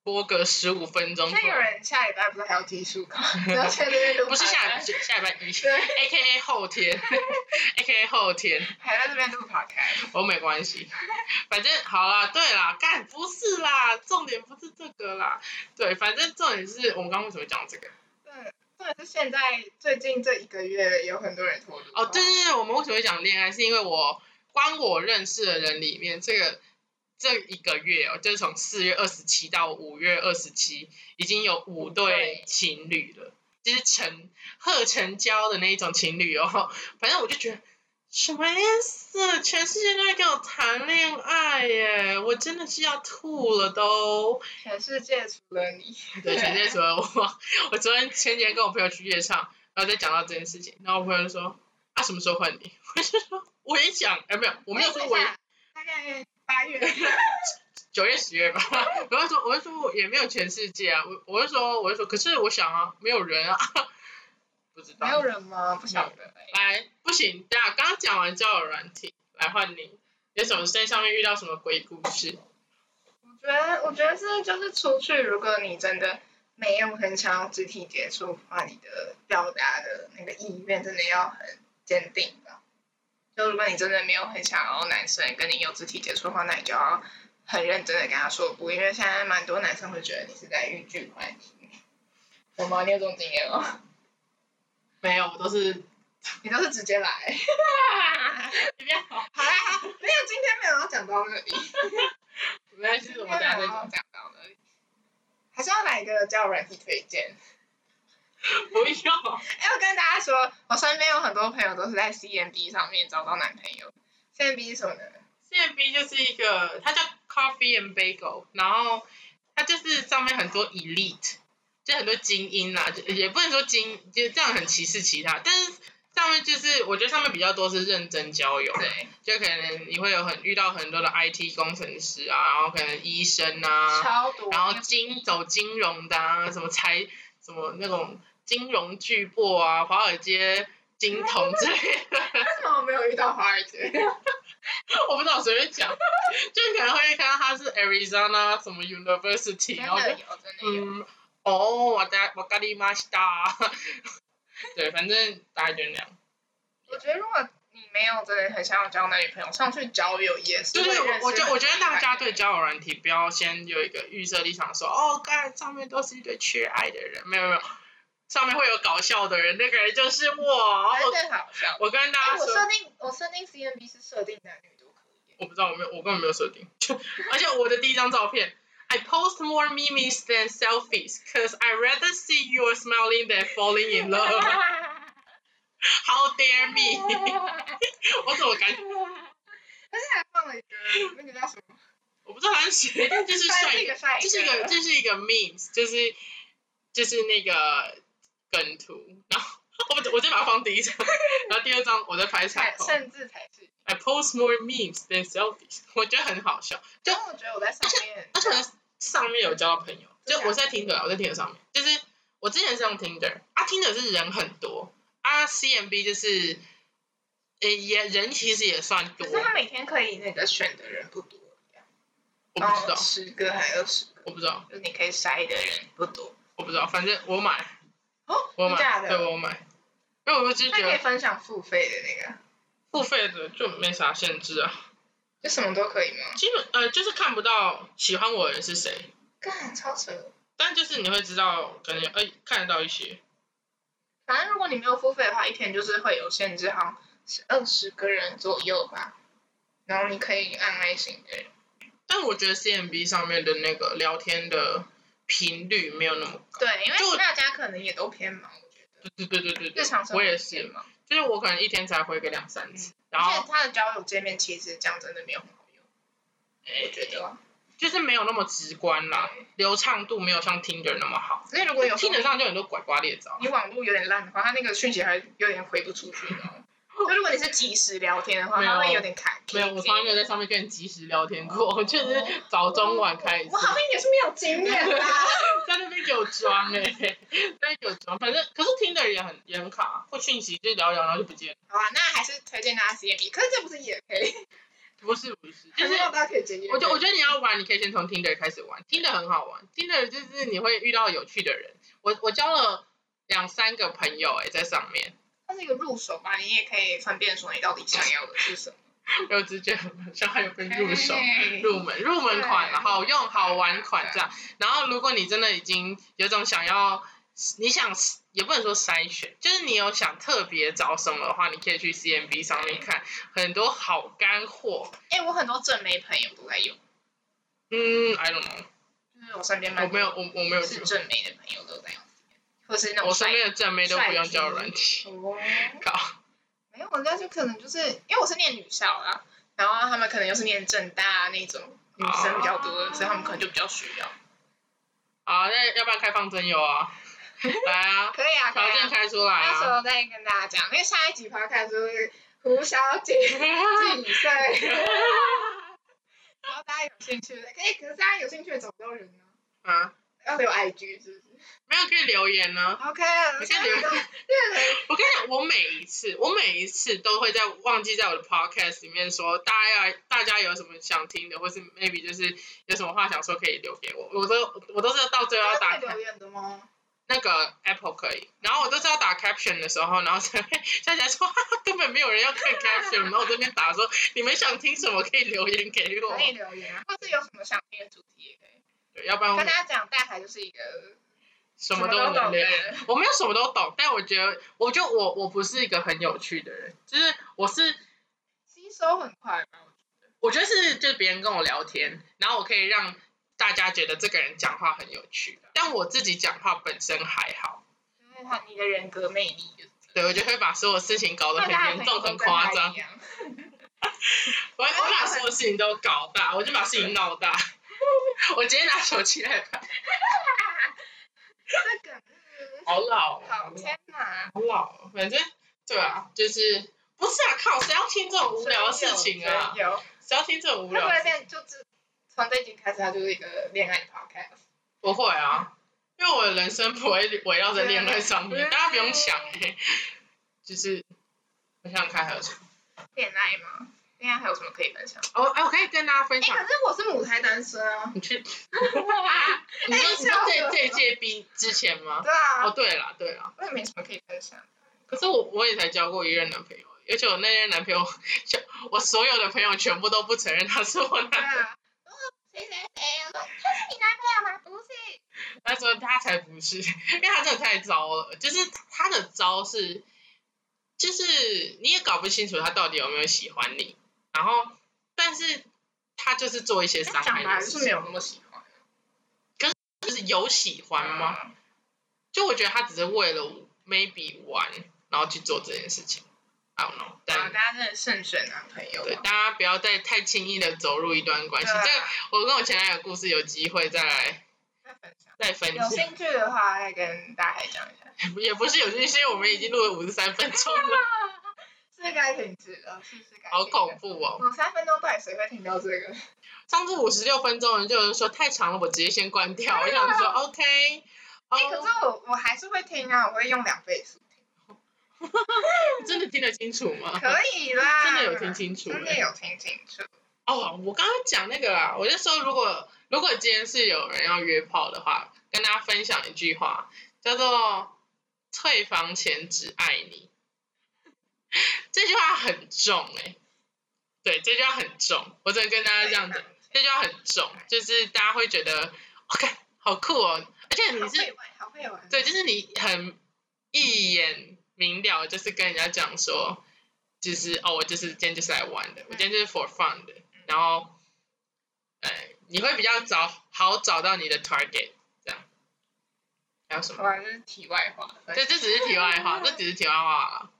Speaker 1: 播个十五分钟出
Speaker 2: 像有
Speaker 1: 来，
Speaker 2: 人下礼拜不是还要技术考，然后在那边录，
Speaker 1: 不是下下礼拜一 <laughs>
Speaker 2: 对，
Speaker 1: ，A K A 后天 <laughs> ，A K A 后天，
Speaker 2: 还在这边录 podcast。
Speaker 1: 我没关系， <laughs> 反正好啦，对啦，干不是啦，重点不是这个啦，对，反正重点是我们刚刚为什么讲这个？
Speaker 2: 对，重点是现在最近这一个月有很多人投入
Speaker 1: 哦，对对对，我们为什么会讲恋爱？是因为我光我认识的人里面，这个这一个月哦，就是从四月二十七到五月二十七，已经有五
Speaker 2: 五对
Speaker 1: 对情侣了，就是成贺成交的那一种情侣哦。反正我就觉得。什么意思？全世界都在跟我谈恋爱耶！我真的是要吐了都。
Speaker 2: 全世界除了你，
Speaker 1: 对，前天除了我， <laughs> 我昨天前几天跟我朋友去夜唱，然后再讲到这件事情，然后我朋友就说：“啊，什么时候换你？” <laughs> 我就说：“我也想，哎，没有，我没有说我
Speaker 2: 等一下大概
Speaker 1: <laughs>
Speaker 2: 八月，
Speaker 1: 九月十月吧。” <laughs> 然后说：“我就说我也没有全世界啊，我我就说我就说，可是我想啊，没有人啊， <laughs> 不知
Speaker 2: 没有
Speaker 1: 道。
Speaker 2: 人吗？不晓得哎。
Speaker 1: 来，不行，大家刚刚讲完交友软体，来换你，有什么在上面遇到什么鬼故事？
Speaker 2: 我觉得，我觉得是就是出去，如果你真的没有很想要肢体接触的话，你的表达的那个意愿真的要很坚定吧。就如果你真的没有很想要男生跟你有肢体接触的话，那你就要很认真的跟他说不，因为现在蛮多男生会觉得你是在欲拒还迎。我吗？你有这种经验吗？
Speaker 1: 没有，我都 <laughs> 是
Speaker 2: <laughs> 你都是直接来。
Speaker 1: 不要，
Speaker 2: 好啦，好，没有，今天没有要讲到这里。
Speaker 1: 没关系，我们等下再讲。
Speaker 2: 讲到那里，还是要来一个交友软体推荐。
Speaker 1: 不用，
Speaker 2: <laughs> 哎、我跟大家说，我身边有很多朋友都是在 CMB 上面找到男朋友。CMB 是什么呢？
Speaker 1: C B 就是一个，它叫 Coffee and Bagel，然后它就是上面很多 elite，就很多精英啦，就也不能说精，就这样很歧视其他，但是上面就是我觉得上面比较多是认真交友，啊
Speaker 2: 对，
Speaker 1: 就可能你会有很遇到很多的 IT 工程师啊，然后可能医生啊，
Speaker 2: 超多。
Speaker 1: 然后金走金融的啊，什么财什么那种金融巨擘啊，华尔街金童之类的。
Speaker 2: 为什么我没有遇到华
Speaker 1: <laughs>
Speaker 2: 尔街？
Speaker 1: 我不知道，我随便讲，就可能会看到他是 Arizona 什么 University，
Speaker 2: 真
Speaker 1: 然后
Speaker 2: 的
Speaker 1: 就
Speaker 2: 有，真的有。
Speaker 1: 嗯，哦，我达我咖喱玛西达， <laughs> 对，反正大概就那样。
Speaker 2: 我觉得如果你没有真的很想要交男女朋友，上去交友也是
Speaker 1: 对
Speaker 2: 会认
Speaker 1: 对，
Speaker 2: 识很
Speaker 1: 我
Speaker 2: 多人。
Speaker 1: 我觉得我觉得大家对交友软体不要先有一个预设立场说，哦，干上面都是一堆缺爱的人，没有没有，上面会有搞笑的人，那个人就是我。
Speaker 2: 真
Speaker 1: 我
Speaker 2: 的好笑。
Speaker 1: 我啊跟
Speaker 2: 哎
Speaker 1: 大家
Speaker 2: 我
Speaker 1: 说，
Speaker 2: 设定我设定 CMB 是设定男女都可以。
Speaker 1: <laughs> 我不知道，我没有，我根本没有设定。 <laughs> 而且我的第一张照片，I post more memes than selfies, cause I rather see you smiling than falling in
Speaker 2: <laughs>
Speaker 1: love. How dare me！我怎么感觉？
Speaker 2: 但是还放了一个那个叫什么？
Speaker 1: 我不知道他是谁，但就是
Speaker 2: 帅
Speaker 1: 帅
Speaker 2: <laughs> 一，个帅
Speaker 1: 这是一个这是一个 memes，就是就是那个梗图。然后 <laughs> 我我再把它放第一张， <laughs> 然后第二张我再拍彩
Speaker 2: 才
Speaker 1: 虹。
Speaker 2: 甚至才是。
Speaker 1: I post more memes than selfies，我觉得很好笑。就
Speaker 2: 但我觉得我在上面
Speaker 1: 而且上面有交到朋友，就
Speaker 2: 真假的
Speaker 1: 我是在 Tinder，啊我在 Tinder 上面，就是我之前是用 Tinder，啊 Tinder 是人很多，啊 CMB 就是，呃也人其实也算
Speaker 2: 可
Speaker 1: 多，
Speaker 2: 是他每天可以那个选的人不多，
Speaker 1: 我不知道，
Speaker 2: 十个还二十个，
Speaker 1: 我不知道，
Speaker 2: 就你可以筛的人不多。
Speaker 1: 我不知道，反正我买，
Speaker 2: 哦，
Speaker 1: 我
Speaker 2: 真假
Speaker 1: 买，对
Speaker 2: 的？
Speaker 1: 我买，因为我就
Speaker 2: 他
Speaker 1: 觉
Speaker 2: 可以
Speaker 1: 得
Speaker 2: 分享付费的那个，
Speaker 1: 付费的就没啥限制啊，
Speaker 2: 就什么都可以吗？
Speaker 1: 基本呃就是看不到喜欢我的人是谁，
Speaker 2: 干，超扯！
Speaker 1: 但就是你会知道，可能有哎看得到一些，
Speaker 2: 反正如果你没有付费的话，一天就是会有限制，好像是二十个人左右吧。然后你可以按爱心的人，
Speaker 1: 但我觉得 CMB 上面的那个聊天的频率没有那么高。
Speaker 2: 对，因
Speaker 1: 就
Speaker 2: 为大家可能也都偏忙，我觉
Speaker 1: 对
Speaker 2: 得
Speaker 1: 对对对对
Speaker 2: 日常，生活
Speaker 1: 我也
Speaker 2: 偏
Speaker 1: 是，
Speaker 2: 忙。
Speaker 1: 就是我可能一天才回个两三次，然
Speaker 2: 而
Speaker 1: 后
Speaker 2: 且他的交友界面其实这样真的没有很好用，我觉得啊。
Speaker 1: 就是没有那么直观啦，
Speaker 2: 对
Speaker 1: 流畅度没有像 Tinder 那么好。
Speaker 2: 所以如果有时候
Speaker 1: Tinder 上就很多拐瓜裂枣，
Speaker 2: 你网络有点烂的话，他那个讯息还有点回不出去，你知道吗？就如果你是即时聊天的话，
Speaker 1: 没有
Speaker 2: 它会有点卡。
Speaker 1: 没有，我从来没有在上面跟你及时聊天过，我就是早中晚开始
Speaker 2: 我。好像也是没有经验的啊。
Speaker 1: 在那边给我装哎、欸，在那边给我装，反正可是听的人也很也很卡，啊会讯息就聊聊，然后就不见了。
Speaker 2: 好啊，那还是推荐大家 CMB，可是这不是也可以，
Speaker 1: 不是不是，就
Speaker 2: 还
Speaker 1: 是
Speaker 2: 是大家可以检验。
Speaker 1: 我觉我觉得你要玩，你可以先从 Tinder 开始玩，Tinder 很好玩，Tinder 就是你会遇到有趣的人。我我交了两三个朋友哎、在上面，
Speaker 2: 它是一个入手吧，你也可以分辨说你到底想要的是什么。
Speaker 1: 有直觉很像还有分入手。
Speaker 2: 嘿
Speaker 1: 入门入门款，
Speaker 2: 哎对
Speaker 1: 好用好玩款这样。然后如果你真的已经有种想要，你想也不能说筛选，就是你有想特别找什么的话，你可以去 CMB 上面看很多好干货。
Speaker 2: 哎、我很多正妹朋友都在用，
Speaker 1: 嗯，I don't know，
Speaker 2: 就是我身边
Speaker 1: 我
Speaker 2: 蛮
Speaker 1: 没有我我没有去
Speaker 2: 是，正妹的朋友都在用，或是那种
Speaker 1: 我身
Speaker 2: 帅
Speaker 1: 边的正妹都不用交友软体。
Speaker 2: 哦，
Speaker 1: 靠，
Speaker 2: 没有，人家就可能就是因为我是念女校啊，然后他们可能又是念正大那种女
Speaker 1: 哦
Speaker 2: 生比较多的，所以他们可能就比较需要。
Speaker 1: 好，那要不然开放真友
Speaker 2: <laughs>
Speaker 1: 啊？来啊，
Speaker 2: 可以啊，可
Speaker 1: 条
Speaker 2: 以
Speaker 1: 件
Speaker 2: 啊。
Speaker 1: 开出来
Speaker 2: 那时
Speaker 1: 啊！
Speaker 2: 候再跟大家讲，因为下一集 p o d 就是胡小姐几岁，然后大家有兴趣的，哎、可是大家有兴趣的找不到人呢、
Speaker 1: <laughs> 啊，
Speaker 2: 要留 IG 是不是
Speaker 1: 没有可以留言呢、
Speaker 2: ？OK，
Speaker 1: 你
Speaker 2: 下
Speaker 1: 看
Speaker 2: 一
Speaker 1: 留
Speaker 2: 个这个人
Speaker 1: 我跟你讲，我每一次，我每一次都会在忘记在我的 podcast 里面说，大家大家有什么想听的，或是 maybe 就是有什么话想说可以留给我，我都我都是到最后要打
Speaker 2: 他是会留言的吗？
Speaker 1: 那个 Apple 可以，然后我都是要打 caption 的时候，然后才会想起来说哈哈根本没有人要看 caption，然后我这边打说你们想听什么可以留言给我
Speaker 2: 可，以留言啊，或是有什么想听的主题也可以。
Speaker 1: 对要不然我
Speaker 2: 跟大家讲，大海就是一个
Speaker 1: 什
Speaker 2: 么
Speaker 1: 么
Speaker 2: 都
Speaker 1: 都
Speaker 2: 懂
Speaker 1: 能
Speaker 2: 的
Speaker 1: 聊。
Speaker 2: 人。
Speaker 1: 我没有什么都懂，但我觉得，我就我我不是一个很有趣的人，就是我是
Speaker 2: 吸收很快吧？
Speaker 1: 我
Speaker 2: 我觉
Speaker 1: 觉得是就是别人跟我聊天，然后我可以让大家觉得这个人讲话很有趣，但我自己讲话本身还好。
Speaker 2: 得就是他你的人格魅力就是
Speaker 1: 对，我就会把所有事情搞得很严重、很夸张，我我把所有事情都搞大，我就把事情闹大。 <laughs> 我直接拿手机来拍，
Speaker 2: 这个嗯
Speaker 1: 好老、哦，
Speaker 2: 好天哪！
Speaker 1: 好老哦、反正对啊，就是不是啊？靠，谁要听这种无聊的事情啊？
Speaker 2: 有，有
Speaker 1: 谁要听这种无
Speaker 2: 会
Speaker 1: 聊
Speaker 2: 不
Speaker 1: 的
Speaker 2: 会
Speaker 1: 事情？
Speaker 2: 变就是从这一集开始，它就是一个恋爱的 podcast？
Speaker 1: 不会啊，因为我的人生不会围绕在恋爱上面，
Speaker 2: 对啊
Speaker 1: 大家不用想哎、就是我想想看还有什么，
Speaker 2: 恋爱吗？恋爱还有什么可以分享？
Speaker 1: 哦哎，我可以跟大家分
Speaker 2: 哎，可
Speaker 1: 享，
Speaker 2: 是我是母胎单身啊！
Speaker 1: 你去，你
Speaker 2: 对
Speaker 1: 说你说
Speaker 2: 笑死
Speaker 1: 这
Speaker 2: 我
Speaker 1: 这一届毕之前吗？哦
Speaker 2: 啊，
Speaker 1: 对啦对啦，
Speaker 2: 我也没什么可以分享。
Speaker 1: 可是我我也才交过一任男朋友，而且我那任男朋友，就我所有的朋友全部都不承认他是我男
Speaker 2: 对
Speaker 1: 朋友，
Speaker 2: 啊，哦谁谁谁，我说他是你男朋友吗？不是。
Speaker 1: 他说他才不是，因为他真的太糟了，就是他的糟是，就是你也搞不清楚他到底有没有喜欢你，然后但是他就是做一些伤害的事情，
Speaker 2: 有那么喜欢。
Speaker 1: 就是有喜欢吗？就我觉得他只是为了 maybe 玩，然后去做这件事情，I don't know，
Speaker 2: 啊，
Speaker 1: 但。
Speaker 2: 大家真的慎选男朋友
Speaker 1: 对，
Speaker 2: 啊。
Speaker 1: 大家不要再太轻易的走入一段关系。
Speaker 2: 对啊
Speaker 1: 这个我跟我前男友的故事有机会再来
Speaker 2: 再分享
Speaker 1: 再分
Speaker 2: 有
Speaker 1: 享，
Speaker 2: 兴趣的话，再跟大家讲一下。
Speaker 1: <laughs> 也不是有兴趣，是因为我们已经录了五十三分钟了，
Speaker 2: <laughs> 是该停止了，是是该。
Speaker 1: 好恐。怖哦！
Speaker 2: 我三分钟到底谁会听到这个？
Speaker 1: 上次五十六分钟的人就有人说太长了，我直接先关
Speaker 2: <laughs>
Speaker 1: 掉。我想说 OK，
Speaker 2: 哎、可
Speaker 1: 哦，
Speaker 2: 是我我还是会听啊，我会用两倍速。
Speaker 1: 真的听得清楚吗？
Speaker 2: 可以啦。
Speaker 1: 真的有听清楚
Speaker 2: 真的
Speaker 1: 欸
Speaker 2: 有听清楚。
Speaker 1: 哦，我刚刚讲那个啦，我就说如果如果今天是有人要约炮的话，跟大家分享一句话，叫做“退房前只爱你”。这句话很重哎、对，这句话很重，我只能跟大家这样讲，
Speaker 2: 啊
Speaker 1: 这句话很重，就是大家会觉得，我、看好酷哦，而且你
Speaker 2: 好
Speaker 1: 是
Speaker 2: 会玩，好会玩。
Speaker 1: 对，就是你很一眼明了，就是跟人家讲说，就是哦，我就是今天就是来玩的，我今天就是 for fun 的，然后，呃，你会比较找好找到你的 target，这样。还有什么？
Speaker 2: 哇，啊这是题外话。
Speaker 1: 这这只是题外话，这只是题外话啦。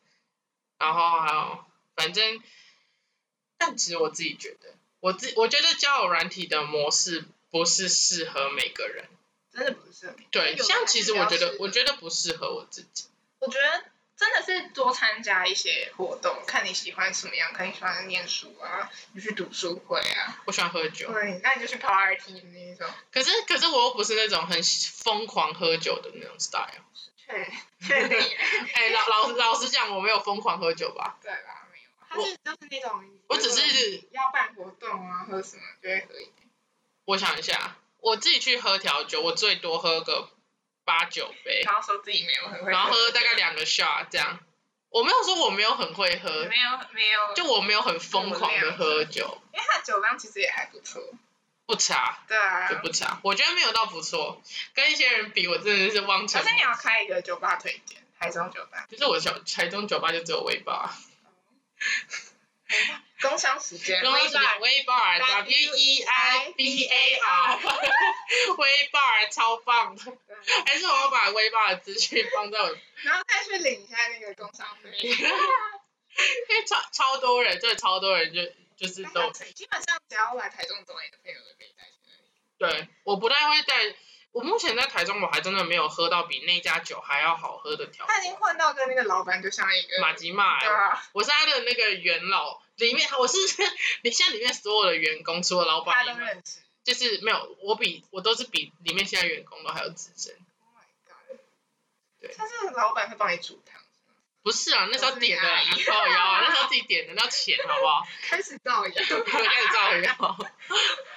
Speaker 1: 然后还有，反正，但其实我自己觉得，我自我觉得交友软体的模式不是适合每个人。
Speaker 2: 啊真的不是。
Speaker 1: 对，像其实我觉得，我
Speaker 2: 我
Speaker 1: 觉得不适合我自己。
Speaker 2: 我觉得真的是多参加一些活动，看你喜欢什么样，看你喜欢念书啊，你去读书会啊，
Speaker 1: 我喜欢喝酒，
Speaker 2: 对，那你就去 party 那一种。
Speaker 1: 可是可是我又不是那种很疯狂喝酒的那种
Speaker 2: <laughs>
Speaker 1: style。
Speaker 2: 确确定？
Speaker 1: 哎、老老老实讲，我没有疯狂喝酒吧，
Speaker 2: 对吧？没有，他是就是那种，
Speaker 1: 我只是
Speaker 2: 要办活动啊，喝什么就会喝一点。
Speaker 1: 我想一下，我自己去喝调酒，我最多喝个八九杯，
Speaker 2: 然后说自己没有很会，
Speaker 1: 然后喝大概两个 shot 这样。我没有说我没有很会喝，
Speaker 2: 没有没有，
Speaker 1: 就我没有很疯狂的喝酒，
Speaker 2: 因为他的酒量其实也还不错。
Speaker 1: 不差。
Speaker 2: 对啊，
Speaker 1: 就不差，我觉得没有到不错，跟一些人比，我真的是望
Speaker 2: 可
Speaker 1: 尘
Speaker 2: 是你要开一个酒吧推荐，台中酒吧，
Speaker 1: 就是我小台中酒吧就只有微吧，
Speaker 2: 工商时间，
Speaker 1: 微吧微吧 W E I B A R，微吧超棒的，
Speaker 2: 对
Speaker 1: 还是我要把微吧的资讯放在我，因
Speaker 2: 然后再去领一下那个工商
Speaker 1: <laughs>
Speaker 2: 费。
Speaker 1: 为超超多人，真的超多人就就是都
Speaker 2: 基本上只要来台中总演的朋友都可以带去那里。
Speaker 1: 对，我不太会带，我目前在台中我还真的没有喝到比那家酒还要好喝的调
Speaker 2: 他已经混到跟那个老板就像一个
Speaker 1: 马吉玛、
Speaker 2: 对啊，
Speaker 1: 我是他的那个元老，里面我是你现在里面所有的员工，除了老
Speaker 2: 他
Speaker 1: 板以
Speaker 2: 都
Speaker 1: 外，
Speaker 2: 认识。
Speaker 1: 就是没有我比我都是比里面现在员工都还要资深。
Speaker 2: Oh my god！
Speaker 1: 对
Speaker 2: 他是老板会帮你煮汤，
Speaker 1: 不是啊，那时候点的啦
Speaker 2: 我是你阿姨
Speaker 1: 造谣啊，那 <laughs> 时候自己点的那钱好不好？
Speaker 2: <laughs> 开始造
Speaker 1: <laughs>
Speaker 2: 谣。
Speaker 1: 开始造谣。 <laughs>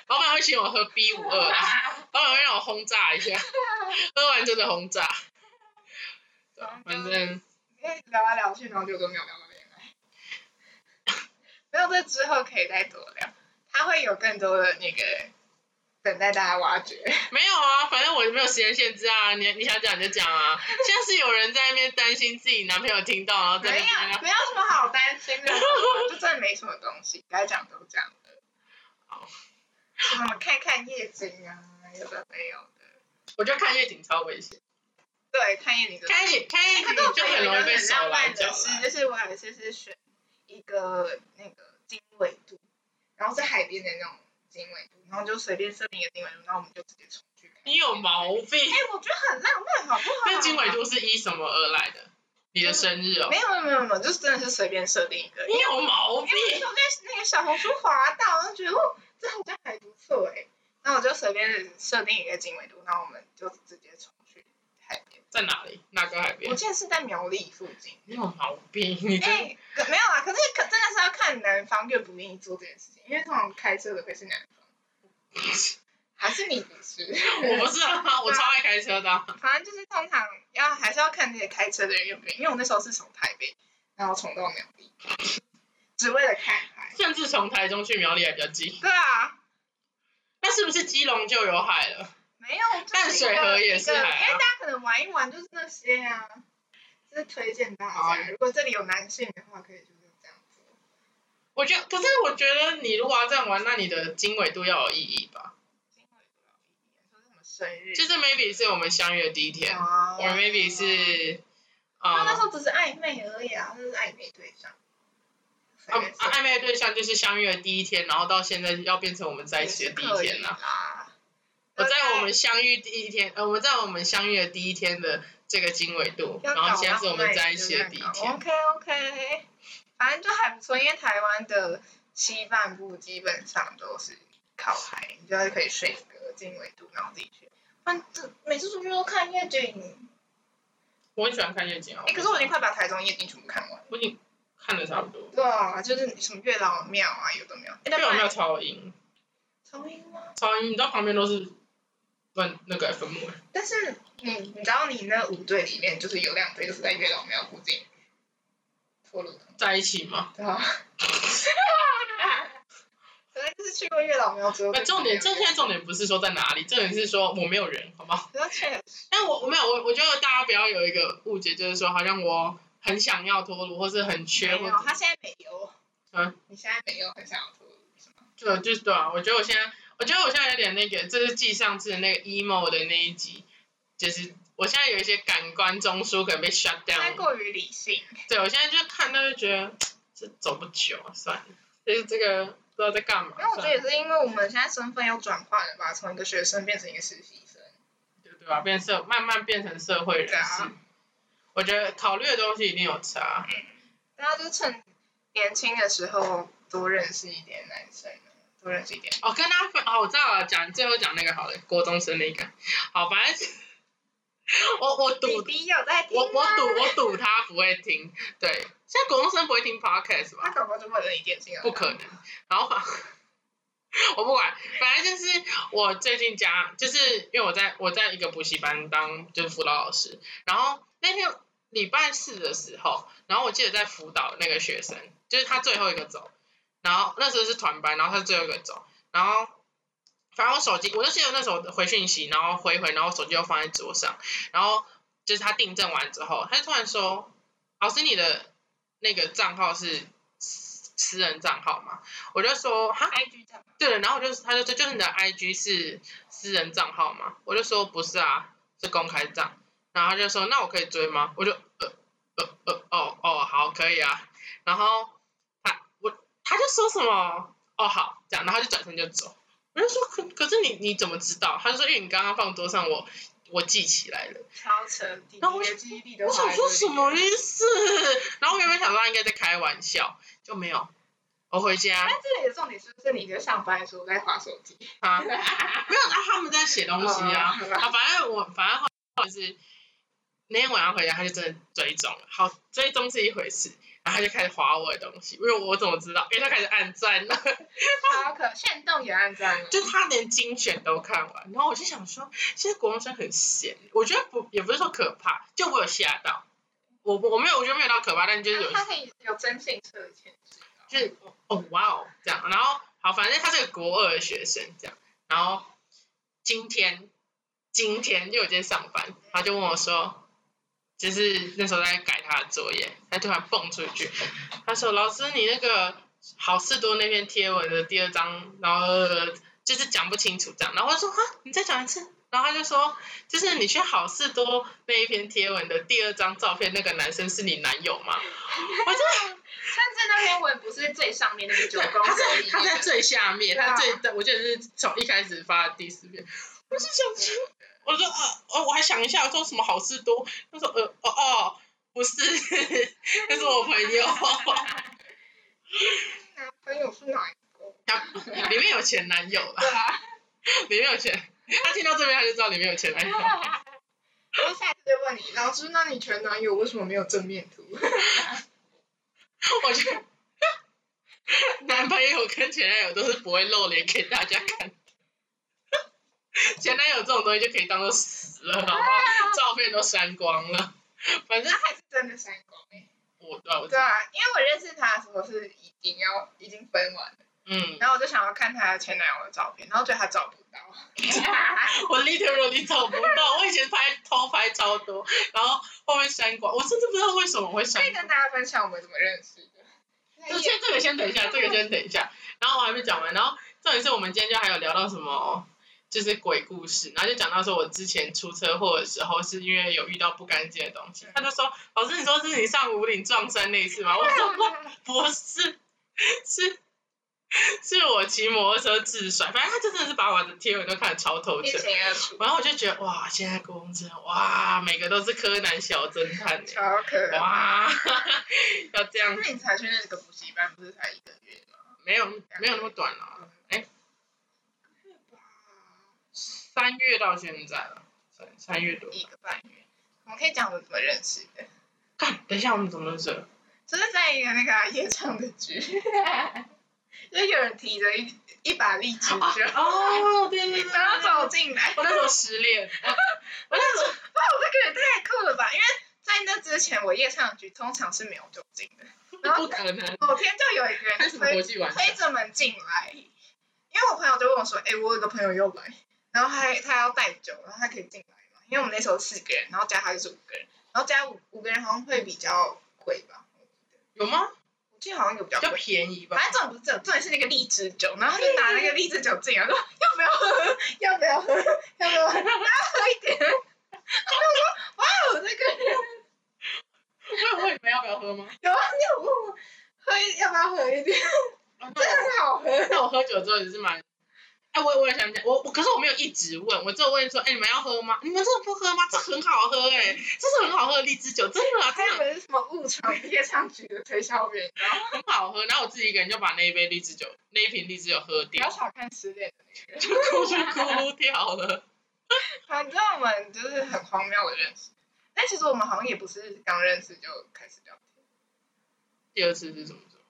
Speaker 1: 老板会请我喝 B 五二
Speaker 2: <laughs>
Speaker 1: 啊，老板会让我轰炸一下，喝完真的轰炸。对反正
Speaker 2: 因为聊来聊去，然后就都没有聊到恋爱。没有，这之后可以再多聊，他会有更多的那个等待大家挖掘。
Speaker 1: 没有啊，反正我没有时间限制啊，你你想讲你就讲啊。现在是有人在那边担心自己男朋友听到，然后在
Speaker 2: 没
Speaker 1: 那
Speaker 2: 有，
Speaker 1: 边啊
Speaker 2: 没有什么好担心的，就真的没什么东西，该讲都讲了。
Speaker 1: 好，
Speaker 2: 什么看看夜景啊，有的没有的。
Speaker 1: 我觉得看夜景超危险，
Speaker 2: 对，看夜景真的。
Speaker 1: 看夜景看夜
Speaker 2: 哎可
Speaker 1: 景
Speaker 2: 是
Speaker 1: 就
Speaker 2: 我觉得
Speaker 1: 很
Speaker 2: 有
Speaker 1: 容易
Speaker 2: 一个
Speaker 1: 被
Speaker 2: 很
Speaker 1: 手
Speaker 2: 浪
Speaker 1: 来
Speaker 2: 漫
Speaker 1: 脚
Speaker 2: 的事，
Speaker 1: 了。
Speaker 2: 就是我有一次是选一个那个经纬度，然后是海边的那种经纬度，然后就随便设定一个经纬度，然后我们就直接冲去。
Speaker 1: 你有毛病
Speaker 2: 哎、！我觉得很浪漫，好不好？
Speaker 1: 那经纬度是依什么而来的？你的生日哦？
Speaker 2: 没有没有没有没有，就是真的是随便设定一个，因
Speaker 1: 你
Speaker 2: 为
Speaker 1: 有毛病
Speaker 2: 因！为我在那个小红书滑到，我就觉得哦，这好像还不错哎、那我就随便设定一个经纬度，然后我们就直接冲去海边。
Speaker 1: 在哪里？哪个海
Speaker 2: 我
Speaker 1: 边？
Speaker 2: 记得是在苗栗附近。
Speaker 1: 你有毛病！你 <laughs> 真、
Speaker 2: 哎、可没有啦，可是可真的是要看男方愿不愿意做这件事情，因为通常开车的会是男方，还是你不是？
Speaker 1: 我不是啊，我超爱开车的啊、
Speaker 2: <laughs> 反正就是通常要还是要看那个开车的人愿不愿意，因为我那时候是从台北，然后冲到苗栗，只为了看海。
Speaker 1: 甚至从台中去苗栗还比较近。
Speaker 2: 对啊，
Speaker 1: 那是不是基隆就有海了？
Speaker 2: 没有，就是
Speaker 1: 淡水河也是
Speaker 2: 一个一
Speaker 1: 海
Speaker 2: 个
Speaker 1: 啊
Speaker 2: 因为大家可能玩一玩就是那些啊，就是推荐大
Speaker 1: 好啊
Speaker 2: 家，如果这里有男性的话，可以就是这样做。
Speaker 1: 我觉得，可是我觉得你如果要这样玩，那你的经纬度要有意义吧？
Speaker 2: 经纬度要避免说是什么生日？
Speaker 1: 就是 maybe 是我们相遇的第一天，
Speaker 2: 嗯哦
Speaker 1: 我 maybe 是
Speaker 2: 他那
Speaker 1: 啊
Speaker 2: 时候只是暧昧而已啊，就是暧昧对象。
Speaker 1: 啊啊暧昧的对象就是相遇的第一天，然后到现在要变成我们在一起的第一天了、
Speaker 2: 啦。
Speaker 1: 我在我们相遇第一天，呃，我在我们相遇的第一天的这个经纬度，
Speaker 2: 要
Speaker 1: 然
Speaker 2: 搞
Speaker 1: 后现在是我们在一起的第一天。
Speaker 2: OK OK，反正就还不错，因为台湾的西半部基本上都是靠海，你就是可以睡个经纬度，然后自己去。反正每次出去都看夜景，
Speaker 1: 我很喜欢看夜景啊
Speaker 2: 哎、，可是我已经快把台中夜景全部看完了。
Speaker 1: 我已经看的差不多。
Speaker 2: 对啊，就是什么月老庙啊，有的没有。哎、
Speaker 1: 因为我没有
Speaker 2: 有？
Speaker 1: 超音，
Speaker 2: 重音吗？
Speaker 1: 超音，你知道旁边都是乱那个坟墓欸，
Speaker 2: 但是嗯你你知道你那五队里面就是有两队就是在月老庙附近，脱鲁坑，
Speaker 1: 在一起吗？
Speaker 2: 对啊，可能就是去过月老庙之后。
Speaker 1: 那哎重点，这现在重点不是说在哪里，重点是说我没有人，好不好？
Speaker 2: 可是确实
Speaker 1: 但我我没有，我我觉得大家不要有一个误解，就是说好像我很想要脱乳，或是很缺，
Speaker 2: 没
Speaker 1: 或
Speaker 2: 有，
Speaker 1: 者
Speaker 2: 他现在没有。
Speaker 1: 嗯。
Speaker 2: 你现在没有很想要脱鲁是吗？
Speaker 1: 对，就是对啊。我觉得我现在，我觉得我现在有点那个，这是继上次那个 emo 的那一集，就是我现在有一些感官中枢可能被 shut
Speaker 2: 太
Speaker 1: down。
Speaker 2: 过于理性。
Speaker 1: 对，我现在就看到就觉得这走不久，算了，就是这个不知道在干嘛。
Speaker 2: 因为我觉
Speaker 1: 算
Speaker 2: 得
Speaker 1: 了
Speaker 2: 也是因为我们现在身份又转换了吧，从一个学生变成一个实习生。
Speaker 1: 对对吧？变社慢慢变成社会人
Speaker 2: 对
Speaker 1: 士
Speaker 2: 啊。
Speaker 1: 我我觉得考虑的东西一定有差。
Speaker 2: 大家就趁年轻的时候多认识一点男生，多认识一点。
Speaker 1: 哦，跟大家分哦，我知道了，讲最后讲那个好了，国中生那个。好，反正
Speaker 2: <laughs>
Speaker 1: 是我我赌
Speaker 2: 弟弟有在听啊
Speaker 1: 我我
Speaker 2: 吗
Speaker 1: 赌我赌他不会听，对，现在国中生不会听 podcast 吧
Speaker 2: 他？搞不好就为了一点进啊来。
Speaker 1: 不可能。然后反我不管，反正就是我最近家，就是因为我在我在一个补习班当就是辅导老师，然后那天礼拜四的时候，然后我记得在辅导那个学生，就是他最后一个走，然后那时候是团班，然后他是最后一个走，然后。反正我手机，我就记得那时候回讯息，然后回一回，然后我手机又放在桌上，然后就是他订正完之后，他就突然说：“老师，你的那个账号是私私人账号吗？”我就说：“哈，
Speaker 2: IG 账号
Speaker 1: 对了，然后我就他就说，就是你的 IG 是私人账号吗？我就说不是啊，是公开账。然后他就说，那我可以追吗？我就呃呃呃哦哦好可以啊。然后他我他就说什么哦好这样，然后他就转身就走。我就说可可是你你怎么知道？他就说因为你刚刚放桌上我我记起来了。
Speaker 2: 超扯，弟弟
Speaker 1: 然后我
Speaker 2: 的记忆力都
Speaker 1: 我
Speaker 2: 好
Speaker 1: 想说什么意思？然后我原本想说他应该在开玩笑，就没有。我回家 <laughs>
Speaker 2: 但这里的重点是不是你在上班的时候在划手机？
Speaker 1: 啊，没有，那他们在写东西啊。
Speaker 2: 嗯
Speaker 1: 啊，反正我反正后来就是那天晚上回家，他就真的追踪了。好，追踪是一回事，然后他就开始划我的东西，因为我怎么知道？因为他开始按赞了， <laughs>
Speaker 2: 超可，限动也按赞了。
Speaker 1: 就他连精选都看完。然后我就想说，现在国中生很闲，我觉得不也不是说可怕，就我有吓到，我我没有，我觉得没有到可怕，但就是有
Speaker 2: 他可以有真性社的潜质。
Speaker 1: 就是哦哇哦这样，然后好，反正他是个国二的学生这样，然后今天今天就有天上班，他就问我说，就是那时候在改他的作业，他突然蹦出一句，他说老师你那个好事多那篇贴文的第二章，然后呃就是讲不清楚这样，然后我就说哈你再讲一次。然后他就说，就是你去好事多那一篇贴文的第二张照片，那个男生是你男友吗？我真的
Speaker 2: 但是那篇文不是最上面那个九
Speaker 1: 对，
Speaker 2: 宫
Speaker 1: 他
Speaker 2: 格
Speaker 1: 在
Speaker 2: 里
Speaker 1: 他在
Speaker 2: 面的，
Speaker 1: 最下面，
Speaker 2: 对啊
Speaker 1: 他最我记得是从一开始发的第四遍，我就想说，我说呃呃，我还想一下，我说什么好事多，他说呃哦哦，不是，那是我朋友， <laughs>
Speaker 2: 男朋友是哪一个？
Speaker 1: 他里面有前男友啦，
Speaker 2: 对啊，
Speaker 1: 里面有前，他听到这边他就知道里面有前男友，
Speaker 2: 然后下次就问你，老师，那你前男友为什么没有正面图？
Speaker 1: 我觉得。男朋友跟前男友都是不会露脸给大家看，前男友这种东西就可以当做死了，好不好？照片都删光了，反正
Speaker 2: 他还是真的删光欸
Speaker 1: 我对啊我知
Speaker 2: 对啊，因为我认识他的时候是已经要已经分完了，
Speaker 1: 嗯，
Speaker 2: 然后我就想要看他的前男友的照片，然后觉得他找不到。
Speaker 1: <laughs> 我 literally 找不到， <laughs> 我以前拍偷拍超多，然后后面删光，我甚至不知道为什么我会删
Speaker 2: 可以
Speaker 1: 光
Speaker 2: 跟。大家分享我们怎么认识的。
Speaker 1: 就先这个先等一下，这个先等一下，然后我还没讲完，然后重点是我们今天就还有聊到什么。就是鬼故事，然后就讲到说，我之前出车祸的时候，是因为有遇到不干净的东西。他就说：“老师，你说是你上五岭撞山那一
Speaker 2: 啊
Speaker 1: <laughs> 次吗？”我说：“不，不是，是是我骑摩托车自摔。”反正他就真的是把我的贴文都看得超透彻
Speaker 2: 一。清二楚，
Speaker 1: 然后我就觉得哇，现在公真哇，每个都是柯南小侦探欸
Speaker 2: 超可爱。
Speaker 1: 哇， <laughs> 要这样
Speaker 2: 那你才去那个补习班，不是才一个月吗？
Speaker 1: 没有没有那么短了、哎，三月到现在了，三三月多。
Speaker 2: 一个半月。我们可以讲我们怎么认识的，
Speaker 1: 看，等一下我们怎么认识的？ <laughs>
Speaker 2: 就是在一个那个夜场的局，就是有人提着一一把荔枝
Speaker 1: 啊
Speaker 2: 酒，
Speaker 1: 哦，对对对对，
Speaker 2: 然后走进来，
Speaker 1: 我那时候失恋，哦
Speaker 2: 我就说，哇，这个也太酷了吧！因为在那之前，我夜唱局通常是没有酒精的。然后
Speaker 1: 不可能，
Speaker 2: 某天就有一个
Speaker 1: 开
Speaker 2: 人
Speaker 1: 什么
Speaker 2: 推
Speaker 1: 国际玩笑？
Speaker 2: 推着门进来，因为我朋友就问我说：“哎、我有个朋友要来，然后他他要带酒，然后他可以进来嘛？因为我们那时候四个人，然后加他就是五个人，然后加五五个人好像会比较贵吧？
Speaker 1: 有吗？
Speaker 2: 我记得好像有比较
Speaker 1: 比较
Speaker 2: 贵。”
Speaker 1: 便宜吧？
Speaker 2: 反正重点不是这个，重点是那个荔枝酒，然后他就拿那个荔枝酒进来，说要不要喝，要不要喝，要不要喝，然后喝一点，然后我说哇，哦，这个人
Speaker 1: 我问你们要不要喝吗？
Speaker 2: 有啊，你有问我喝一要不要喝一点，
Speaker 1: 啊那
Speaker 2: 真的
Speaker 1: 我 <laughs> 嗯
Speaker 2: 很好喝。
Speaker 1: 那我喝酒之后也是蛮哎、我我也想讲，我我可是我没有一直问，我只有问说，哎、你们要喝吗？你们真的不喝吗？这很好喝哎、这是很好喝的荔枝酒，真的啊，
Speaker 2: 还
Speaker 1: 真
Speaker 2: 有
Speaker 1: 的
Speaker 2: 人什么误闯夜唱局的推销员，然后
Speaker 1: 很好喝。然后我自己一个人就把那一杯荔枝酒，那一瓶荔枝酒喝
Speaker 2: 不要
Speaker 1: 掉，
Speaker 2: 小看失恋的那个
Speaker 1: 就咕噜咕噜掉了。
Speaker 2: 反正我们就是很荒谬的认识，但其实我们好像也不是刚认识就开始聊天，
Speaker 1: 第二次是什么时候？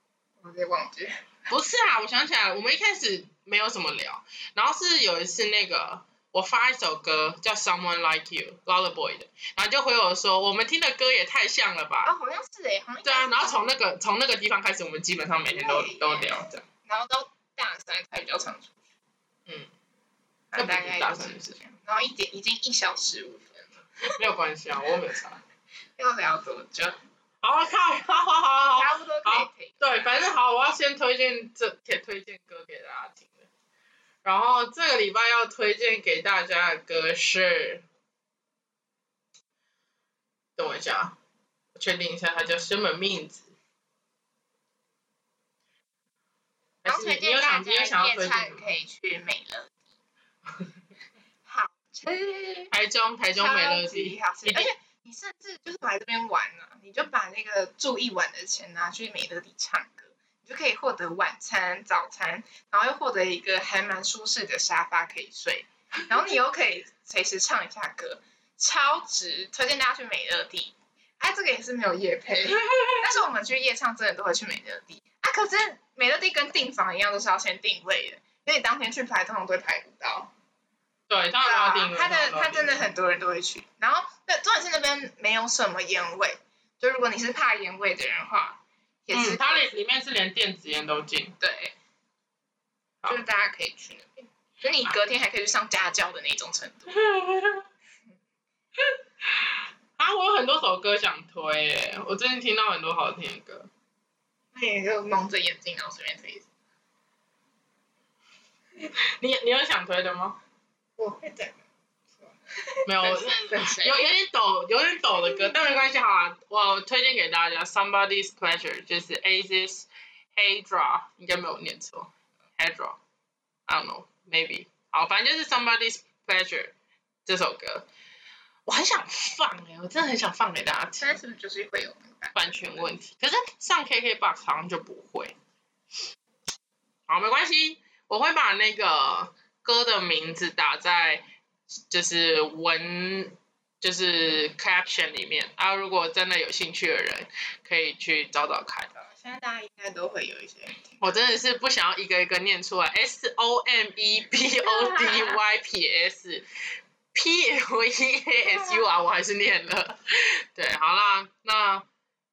Speaker 2: 我有点忘记。
Speaker 1: 不是啊，我想起来了，我们一开始没有什么聊，然后是有一次那个我发一首歌叫《Someone Like You》Lullaboy 的，然后就回我说我们听的歌也太像了吧。
Speaker 2: 哦，好像是哎，好像
Speaker 1: 对啊，
Speaker 2: 一开始
Speaker 1: 然后从那个从那个地方开始，我们基本上每天都
Speaker 2: 对
Speaker 1: 都聊这样。
Speaker 2: 然后到大三才比较常出去，
Speaker 1: 嗯，
Speaker 2: 那大概
Speaker 1: 大
Speaker 2: 就
Speaker 1: 三
Speaker 2: 是
Speaker 1: 是
Speaker 2: 这样。然后一点已经一小时五分了，
Speaker 1: 没有关系啊，我没有差。
Speaker 2: 要聊多久？
Speaker 1: 好，我靠，好好好好。
Speaker 2: 差不多可以停。
Speaker 1: 对，反正好，我要先推荐这可以推荐歌给大家听的。然后这个礼拜要推荐给大家的歌是，等我一下啊，我确定一下它叫什么名字。还
Speaker 2: 然
Speaker 1: 是
Speaker 2: 后
Speaker 1: 你
Speaker 2: 推
Speaker 1: 你有
Speaker 2: 荐大
Speaker 1: 想你有想
Speaker 2: 家
Speaker 1: 要推
Speaker 2: 夜
Speaker 1: 荐的
Speaker 2: 唱
Speaker 1: 吗
Speaker 2: 可以去美乐 <laughs> 蒂好吃，
Speaker 1: 台中台中美乐
Speaker 2: 超级
Speaker 1: 蒂，
Speaker 2: 好吃，
Speaker 1: 一定
Speaker 2: 而且你甚至就是来这边玩呢、你就把那个住一晚的钱拿去美乐蒂唱歌，你就可以获得晚餐、早餐，然后又获得一个还蛮舒适的沙发可以睡，然后你又可以随时唱一下歌，超值！推荐大家去美乐蒂。哎、这个也是没有夜
Speaker 1: <laughs>
Speaker 2: 配，但是我们去夜唱真的都会去美乐蒂。啊，可是美乐蒂跟订房一样，都是要先定位的，因为你当天去排，通常都会排不到。
Speaker 1: 对，当
Speaker 2: 对
Speaker 1: 然
Speaker 2: 啊
Speaker 1: 要订了。
Speaker 2: 它的
Speaker 1: 当然要
Speaker 2: 它
Speaker 1: 订
Speaker 2: 真的
Speaker 1: 了
Speaker 2: 很多人都会去，然后那重点是那边没有什么烟味，就如果你是怕烟味的人的话，也是
Speaker 1: 嗯，它
Speaker 2: 可以
Speaker 1: 里里面是连电子烟都进。 <laughs>
Speaker 2: 对，
Speaker 1: 好
Speaker 2: 就是大家可以去那边，就你隔天还可以去上家教的那种程度。
Speaker 1: 啊，我有很多首歌想推耶，我最近听到很多好听的歌。
Speaker 2: 那你就蒙着眼睛，然后随便推一首。
Speaker 1: 你你有想推的吗？
Speaker 2: 我会等
Speaker 1: 没有，我哦是
Speaker 2: 等谁
Speaker 1: 有有点抖，有点抖的歌，但没关系，好啊，我推荐给大家《Somebody's Pleasure》，就是 Aziz Hadra，应该没有念错，Hadra，I don't know，maybe，好，反正就是《Somebody's Pleasure》这首歌，我很想放哎、我真的很想放给大家听。
Speaker 2: 现在是不是就是会有那个感
Speaker 1: 版权问题。可是上 KKBOX 好像就不会。好，没关系，我会把那个歌的名字打在就是文就是 caption 里面啊。如果真的有兴趣的人，可以去找找看。
Speaker 2: 觉？现在大家应该都会有一些人听。
Speaker 1: 我真的是不想要一个一个念出来，S O M E B O D Y P S P L E A S U R，我还是念了。对，好啦，那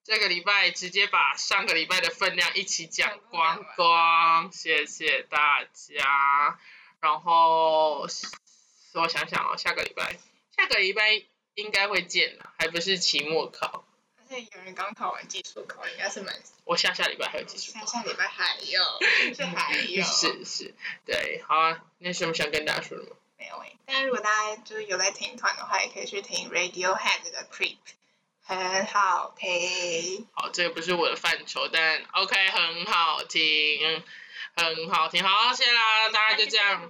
Speaker 1: 这个礼拜直接把上个礼拜的分量一起讲光光，谢谢大家。然后我想想哦，下个礼拜，下个礼拜应该会见了，还不是期末考，
Speaker 2: 而且有人刚考完技术考，应该是蛮
Speaker 1: 我下下礼拜还有继续考
Speaker 2: 下。下礼拜还有，是还有。
Speaker 1: 哦是是，对，好啊，你有什么想跟大家说的吗？
Speaker 2: 没有诶、但如果大家就是有在听团的话，也可以去听 Radiohead 的 Creep，很好听。
Speaker 1: 好，这个不是我的范畴，但 OK，很好听，很好听。好，谢啦，大家就这样，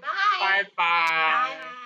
Speaker 1: 拜
Speaker 2: 拜
Speaker 1: 拜
Speaker 2: 拜。